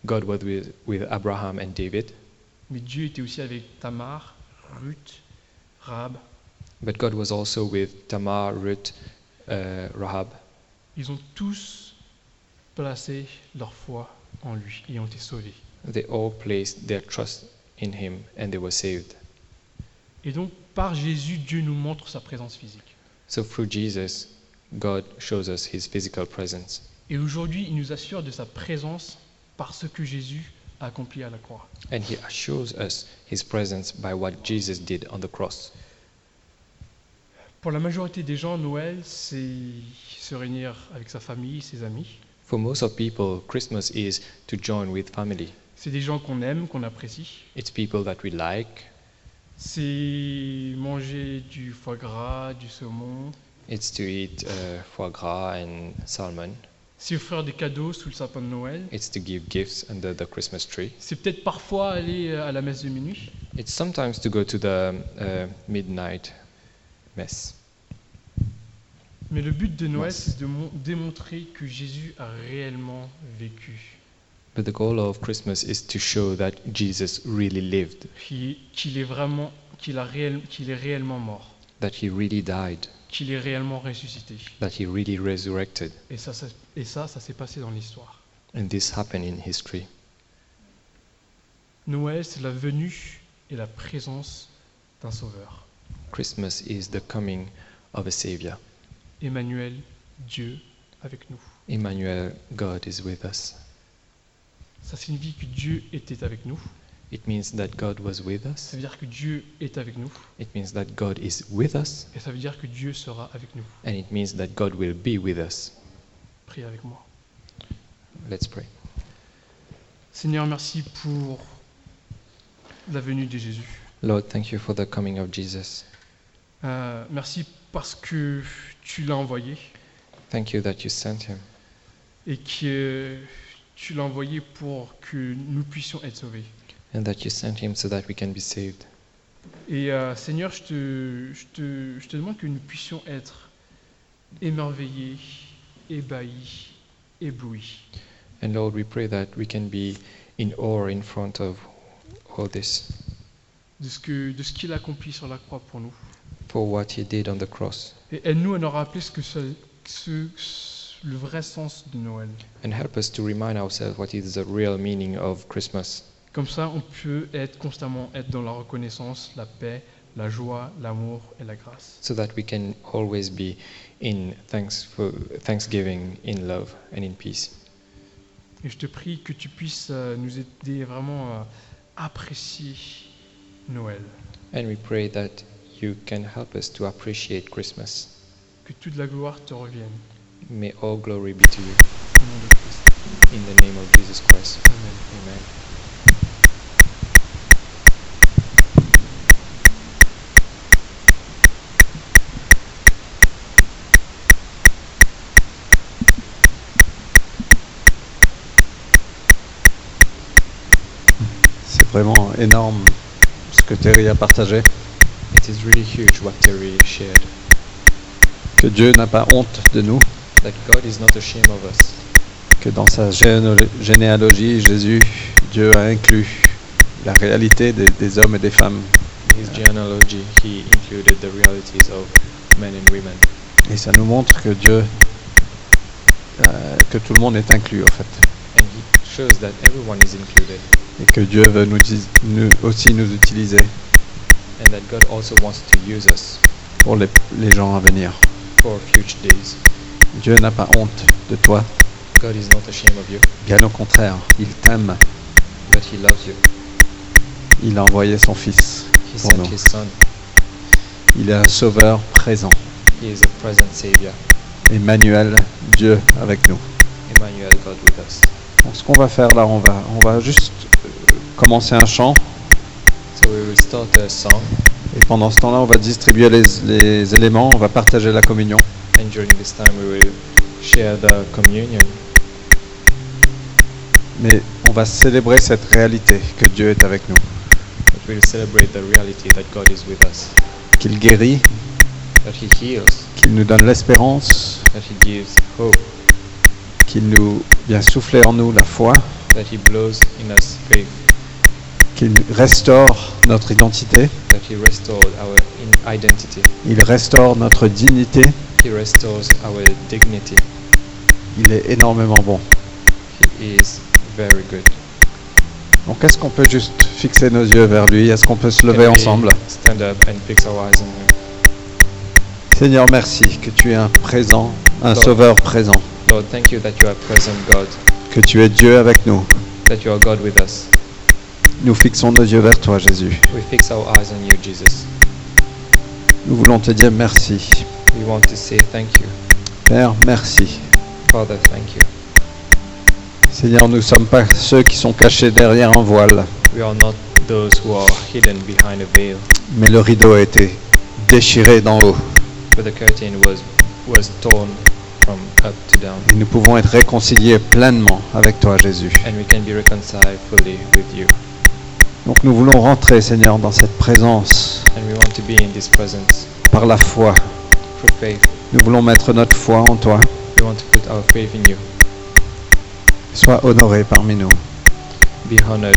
Speaker 2: God was with, with Abraham and David,
Speaker 1: mais Dieu était aussi avec Tamar, Ruth, Rahab.
Speaker 2: but God was also with Tamar, Ruth, uh, Rahab.
Speaker 1: Ils ont tous placé leur foi en lui et ont été sauvés.
Speaker 2: They all placed their trust in him and they were saved.
Speaker 1: Et donc, par Jésus, Dieu nous montre sa présence physique.
Speaker 2: So through Jesus, God shows us his physical presence.
Speaker 1: Et aujourd'hui, il nous assure de sa présence par ce que Jésus a accompli à la croix.
Speaker 2: And he assures us his presence by what Jesus did on the cross.
Speaker 1: Pour la majorité des gens, Noël, c'est se réunir avec sa famille, ses amis.
Speaker 2: For most of people, Christmas is to join with family.
Speaker 1: C'est des gens qu'on aime, qu'on apprécie.
Speaker 2: It's people that we like,
Speaker 1: C'est manger du foie gras, du saumon.
Speaker 2: it's to eat uh, foie gras and salmon,
Speaker 1: C'est offrir des cadeaux sous le sapin de Noël.
Speaker 2: it's to give gifts under the Christmas tree,
Speaker 1: C'est peut-être parfois aller à la messe de minuit.
Speaker 2: it's sometimes to go to the uh, midnight mess.
Speaker 1: Mais le but de Noël,
Speaker 2: Merci.
Speaker 1: c'est de mon- démontrer que Jésus a réellement vécu,
Speaker 2: But the goal of Christmas is to show that Jesus really lived,
Speaker 1: qu'il qu'il est vraiment, qu'il a réel- qu'il est réellement mort,
Speaker 2: that he really died,
Speaker 1: qu'il est réellement ressuscité.
Speaker 2: that he really resurrected.
Speaker 1: Et ça, ça, et ça, ça s'est passé dans l'histoire.
Speaker 2: And this happened in history.
Speaker 1: Noël, c'est la venue et la présence d'un Sauveur.
Speaker 2: Christmas is the coming of a Savior.
Speaker 1: Emmanuel, Dieu avec nous.
Speaker 2: Emmanuel, God is with us.
Speaker 1: Ça signifie que Dieu était avec nous.
Speaker 2: It means that God was with
Speaker 1: Ça
Speaker 2: us.
Speaker 1: veut dire que Dieu est avec nous.
Speaker 2: It means that God is with us.
Speaker 1: Et ça veut dire que Dieu sera avec nous.
Speaker 2: And it means that God will be with us.
Speaker 1: Priez avec moi.
Speaker 2: Let's pray.
Speaker 1: Seigneur, merci pour la venue de Jésus.
Speaker 2: Lord, thank you for the coming of Jesus.
Speaker 1: Euh, merci parce que tu l'as envoyé
Speaker 2: Thank you that you sent him
Speaker 1: et que tu l'as envoyé pour que nous puissions être sauvés.
Speaker 2: and that you sent him so that we can be saved.
Speaker 1: Et euh, Seigneur, je te, je, te, je te demande que nous puissions être émerveillés, ébahis, éblouis.
Speaker 2: And Lord, we pray that we can be in awe in front of all this
Speaker 1: de ce que- de ce qu'il a accompli sur la croix pour nous.
Speaker 2: for what he did on the cross.
Speaker 1: Et aide-nous à nous rappeler ce que c'est- ce- ce- le vrai sens de Noël.
Speaker 2: And help us to remind ourselves what is the real meaning of Christmas.
Speaker 1: Comme ça, on peut être constamment être dans la reconnaissance, la paix, la joie, l'amour et la grâce.
Speaker 2: so that we can always be in thanks for thanksgiving, in love, and in peace.
Speaker 1: Et je te prie que tu puisses euh, nous aider vraiment euh, à apprécier Noël.
Speaker 2: And we pray that you can help us to appreciate Christmas.
Speaker 1: Que toute la gloire te revienne.
Speaker 2: May all glory be to you.
Speaker 1: Au nom de Christ.
Speaker 2: In the name of Jesus Christ.
Speaker 1: Amen.
Speaker 2: Amen.
Speaker 3: C'est vraiment énorme ce que Terry a partagé.
Speaker 2: It is really huge what Terry shared.
Speaker 3: Que Dieu n'a pas honte de nous,
Speaker 2: That God is not ashamed of us.
Speaker 3: que dans sa géno- généalogie, Jésus, Dieu a inclus la réalité des, des hommes et des femmes.
Speaker 2: In his genealogy, he included the realities of men and women.
Speaker 3: Et ça nous montre que Dieu, euh, que tout le monde est inclus en fait.
Speaker 2: And he shows that everyone is included.
Speaker 3: Et que Dieu veut nous, dis- nous- aussi nous utiliser
Speaker 2: And that God also wants to use us
Speaker 3: pour les, les gens à venir.
Speaker 2: for future days.
Speaker 3: Dieu n'a pas honte de toi,
Speaker 2: God is not ashamed of you,
Speaker 3: bien au contraire, il t'aime.
Speaker 2: but he loves you.
Speaker 3: Il a envoyé son Fils
Speaker 2: He
Speaker 3: pour
Speaker 2: sent
Speaker 3: nous.
Speaker 2: his son.
Speaker 3: Il est un sauveur présent.
Speaker 2: He is a present savior.
Speaker 3: Emmanuel, Dieu avec nous.
Speaker 2: Emmanuel, God with us.
Speaker 3: Bon, ce qu'on va faire là, on va, on va juste euh, commencer un chant
Speaker 2: So we will start a song,
Speaker 3: et pendant ce temps-là, on va distribuer les, les éléments, on va partager la communion.
Speaker 2: and during this time we will share the communion.
Speaker 3: Mais on va célébrer cette réalité que Dieu est avec nous,
Speaker 2: But we'll celebrate the reality that God is with us,
Speaker 3: qu'il guérit,
Speaker 2: that He heals,
Speaker 3: qu'il nous donne l'espérance,
Speaker 2: that He gives hope,
Speaker 3: qu'il nous vient souffler en nous la foi,
Speaker 2: that He blows in us faith,
Speaker 3: qu'il restaure notre identité,
Speaker 2: that He restores our in- identity,
Speaker 3: il restaure notre dignité.
Speaker 2: He restores our dignity.
Speaker 3: Il est énormément bon.
Speaker 2: He is very good.
Speaker 3: Donc est-ce qu'on peut juste fixer nos yeux vers lui Est-ce qu'on peut se lever
Speaker 2: Can we
Speaker 3: ensemble
Speaker 2: Stand up and fix our eyes on Him.
Speaker 3: Seigneur, merci que tu es un présent, un
Speaker 2: Lord.
Speaker 3: sauveur présent,
Speaker 2: Lord, thank you that you are present, God,
Speaker 3: que tu es Dieu avec nous.
Speaker 2: that you are God with us.
Speaker 3: Nous fixons nos yeux vers toi, Jésus.
Speaker 2: We fix our eyes on you, Jesus.
Speaker 3: Nous voulons te dire merci.
Speaker 2: We want to say thank you.
Speaker 3: Père, merci.
Speaker 2: Father, thank you.
Speaker 3: Seigneur, nous ne sommes pas ceux qui sont cachés derrière un voile,
Speaker 2: We are not those who are hidden behind a veil,
Speaker 3: mais le rideau a été déchiré d'en haut
Speaker 2: but the curtain was was torn from up to down,
Speaker 3: et nous pouvons être réconciliés pleinement avec toi, Jésus.
Speaker 2: and we can be reconciled fully with you.
Speaker 3: Donc nous voulons rentrer, Seigneur, dans cette présence
Speaker 2: And we want to be in this presence
Speaker 3: par la foi.
Speaker 2: through faith.
Speaker 3: Nous voulons mettre notre foi en toi.
Speaker 2: We want to put our faith in you.
Speaker 3: Sois honoré parmi nous.
Speaker 2: Be honored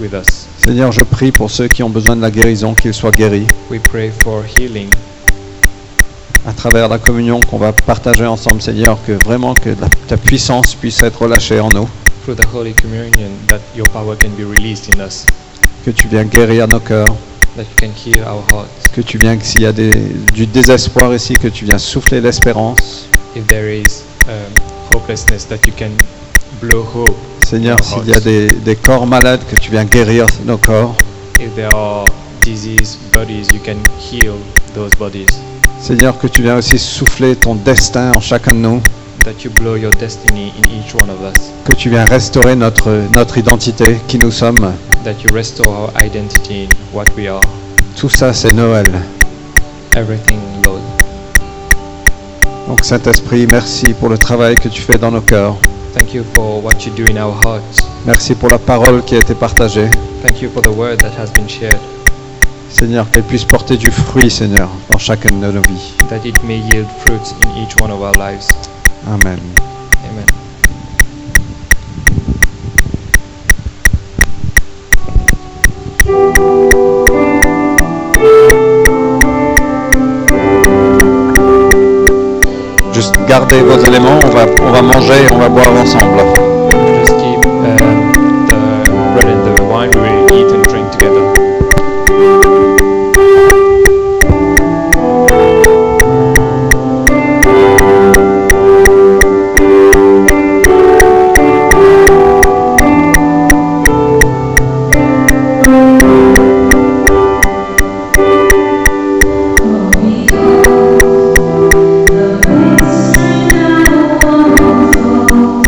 Speaker 2: with us.
Speaker 3: Seigneur, je prie pour ceux qui ont besoin de la guérison, qu'ils soient guéris.
Speaker 2: We pray for healing
Speaker 3: à travers la communion qu'on va partager ensemble, Seigneur, que vraiment que la- ta puissance puisse être relâchée en nous,
Speaker 2: through the Holy Communion that your power can be released in us,
Speaker 3: que tu viens guérir nos cœurs,
Speaker 2: that you can heal our hearts.
Speaker 3: que tu viens, que s'il y a des- du désespoir ici, que tu viens souffler l'espérance.
Speaker 2: If there is um, hopelessness, that you can blow hope.
Speaker 3: Seigneur,
Speaker 2: Our
Speaker 3: s'il y a
Speaker 2: hearts.
Speaker 3: des, des corps malades, que tu viens guérir nos corps.
Speaker 2: If there are diseased bodies, you can heal those bodies.
Speaker 3: Seigneur, que tu viens aussi souffler ton destin en chacun de nous,
Speaker 2: That you blow your destiny in each one of us.
Speaker 3: que tu viens restaurer notre, notre identité, qui nous sommes.
Speaker 2: That you restore our identity in what we are.
Speaker 3: Tout ça, c'est Noël.
Speaker 2: Everything, Lord.
Speaker 3: Donc Saint-Esprit, merci pour le travail que tu fais dans nos cœurs.
Speaker 2: Thank you for what you do in our hearts.
Speaker 3: Merci pour la parole qui a été partagée.
Speaker 2: Thank you for the word that has been shared.
Speaker 3: Seigneur, qu'elle puisse porter du fruit, Seigneur, dans chacune de nos vies.
Speaker 2: That it may yield fruits in each one of our lives.
Speaker 3: Amen.
Speaker 2: Amen.
Speaker 3: Juste gardez vos éléments, on va, on va manger et on va boire ensemble.
Speaker 2: Just keep um, the bread and the wine. We will eat and drink together.
Speaker 4: Thank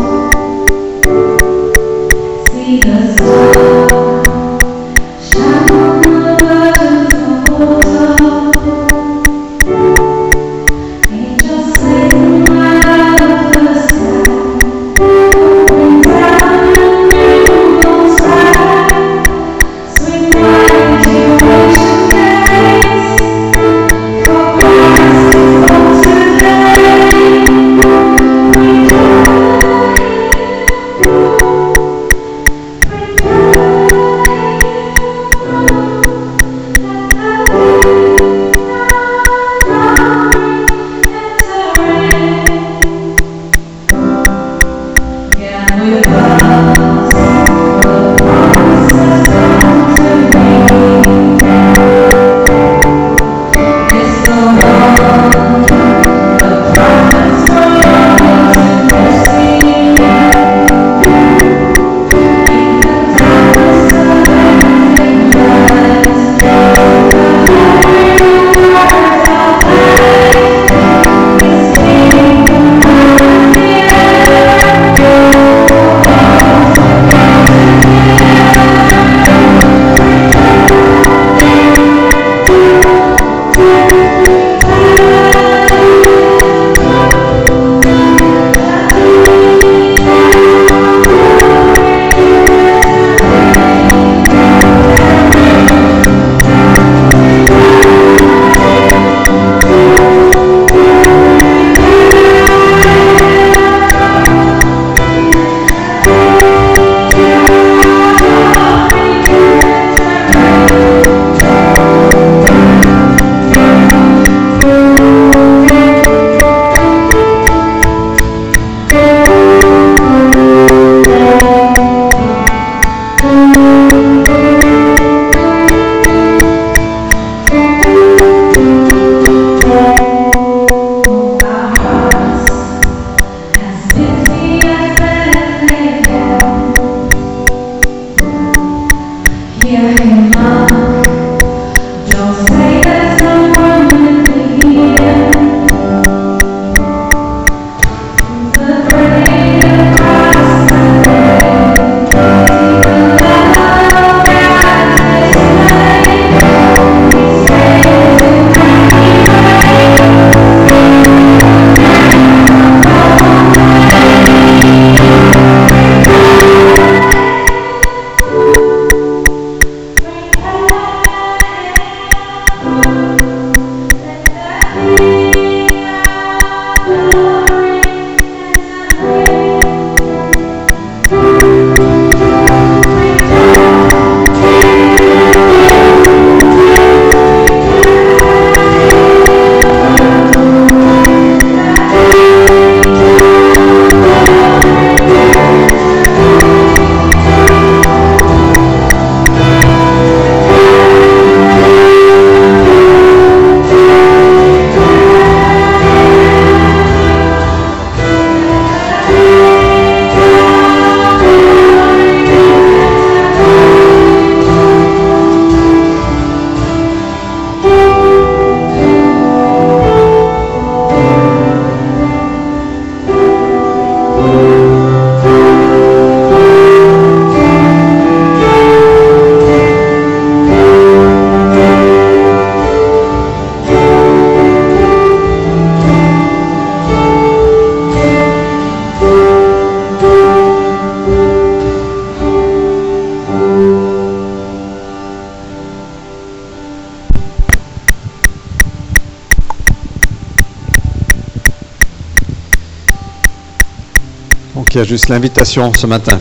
Speaker 3: Donc il y a juste l'invitation ce matin,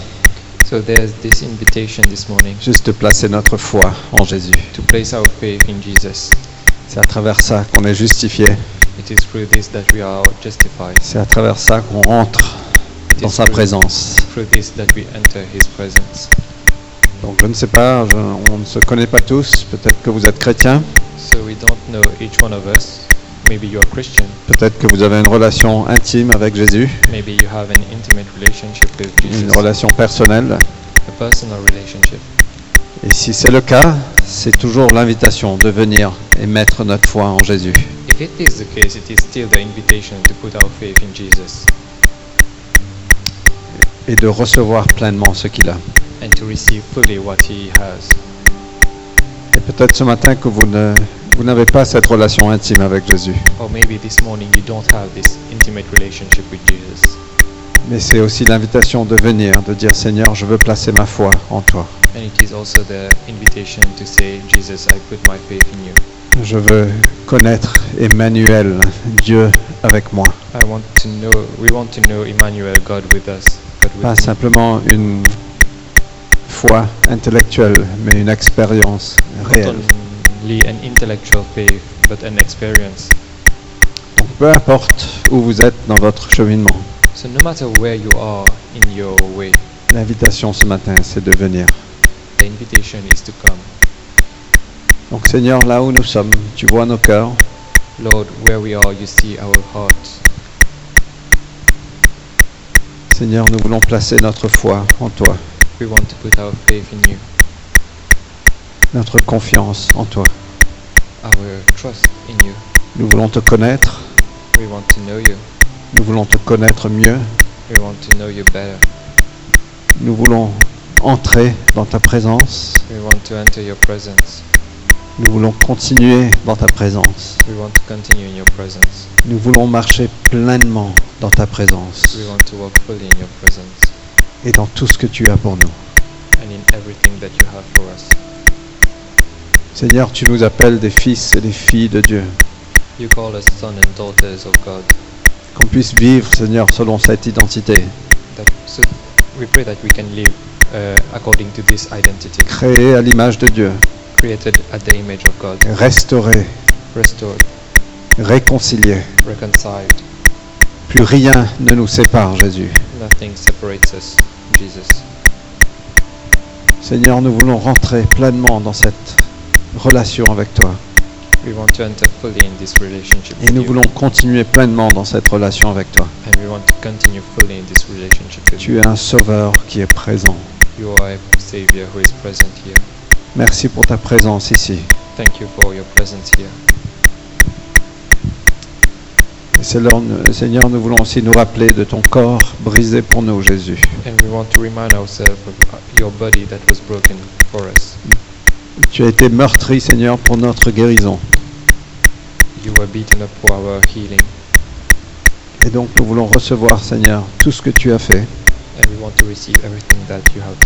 Speaker 2: So there's this invitation this morning
Speaker 3: juste de placer notre foi en Jésus.
Speaker 2: to place our faith in Jesus.
Speaker 3: C'est à travers ça qu'on est justifié.
Speaker 2: It is through this that we are justified.
Speaker 3: C'est à travers ça qu'on rentre
Speaker 2: It
Speaker 3: dans
Speaker 2: is
Speaker 3: sa
Speaker 2: through,
Speaker 3: présence.
Speaker 2: through this that we enter His presence.
Speaker 3: Donc je ne sais pas, je- on ne se connaît pas tous. Peut-être que vous êtes chrétien,
Speaker 2: So we don't know each one of us. Maybe you are Christian.
Speaker 3: peut-être que vous avez une relation intime avec Jésus,
Speaker 2: Maybe you have an intimate relationship with
Speaker 3: une
Speaker 2: Jesus,
Speaker 3: relation personnelle.
Speaker 2: a personal relationship.
Speaker 3: Et si c'est le cas, c'est toujours l'invitation de venir et mettre notre foi en Jésus.
Speaker 2: If it is the case, it is still the invitation to put our faith in Jesus
Speaker 3: et de recevoir pleinement ce qu'il a.
Speaker 2: and to receive fully what He has.
Speaker 3: Et peut-être ce matin que vous ne vous n'avez pas cette relation intime avec Jésus,
Speaker 2: Or maybe this morning you don't have this intimate relationship with Jesus.
Speaker 3: mais c'est aussi l'invitation de venir, de dire Seigneur, je veux placer ma foi en toi.
Speaker 2: And it is also the invitation to say, Jesus, I put my faith in you.
Speaker 3: Je veux connaître Emmanuel, Dieu avec moi.
Speaker 2: I want to know, we want to know Emmanuel, God with us. God with
Speaker 3: Pas
Speaker 2: me.
Speaker 3: simplement une foi intellectuelle, mais une expérience
Speaker 2: Not
Speaker 3: réelle.
Speaker 2: only an intellectual faith, but an experience.
Speaker 3: Donc, peu importe où vous êtes dans votre cheminement,
Speaker 2: So no matter where you are in your way,
Speaker 3: l'invitation ce matin, c'est de venir.
Speaker 2: the invitation is to come.
Speaker 3: Donc Seigneur, là où nous sommes, tu vois nos cœurs.
Speaker 2: Lord, where we are, you see our hearts.
Speaker 3: Seigneur, nous voulons placer notre foi en toi,
Speaker 2: We want to put our faith in you,
Speaker 3: notre confiance en toi.
Speaker 2: our trust in you.
Speaker 3: Nous voulons te connaître,
Speaker 2: We want to know you.
Speaker 3: nous voulons te connaître mieux,
Speaker 2: We want to know you better.
Speaker 3: nous voulons entrer dans ta présence,
Speaker 2: We want to enter your presence.
Speaker 3: nous voulons continuer dans ta présence,
Speaker 2: We want to continue in your presence.
Speaker 3: nous voulons marcher pleinement dans ta présence
Speaker 2: We want to walk fully in your presence
Speaker 3: et dans tout ce que tu as pour nous.
Speaker 2: and in everything that you have for us.
Speaker 3: Seigneur, tu nous appelles des fils et des filles de Dieu,
Speaker 2: You call us sons and daughters of God.
Speaker 3: qu'on puisse vivre, Seigneur, selon cette identité,
Speaker 2: That, so we pray that we can live uh, according to this identity,
Speaker 3: créés à l'image de Dieu,
Speaker 2: created at the image of God,
Speaker 3: restaurés,
Speaker 2: restored,
Speaker 3: réconciliés.
Speaker 2: reconciled.
Speaker 3: Plus rien ne nous sépare, Jésus.
Speaker 2: Nothing separates us, Jesus.
Speaker 3: Seigneur, nous voulons rentrer pleinement dans cette relation avec toi.
Speaker 2: We want to enter fully in this relationship
Speaker 3: Et
Speaker 2: with
Speaker 3: nous
Speaker 2: you,
Speaker 3: voulons continuer pleinement dans cette relation avec toi.
Speaker 2: and we want to continue fully in this relationship with
Speaker 3: Tu es un sauveur qui est présent.
Speaker 2: You are a Savior who is present here.
Speaker 3: Merci pour ta présence ici.
Speaker 2: Thank you for your presence here.
Speaker 3: Et c'est l'heure, nous- Seigneur, nous voulons aussi nous rappeler de ton corps brisé pour nous, Jésus.
Speaker 2: And we want to remind ourselves of uh, your body that was broken for us.
Speaker 3: Tu as été meurtri, Seigneur, pour notre guérison.
Speaker 2: You were beaten up for our healing.
Speaker 3: Et donc nous voulons recevoir, Seigneur, tout ce que tu as fait
Speaker 2: And we want to receive everything that you have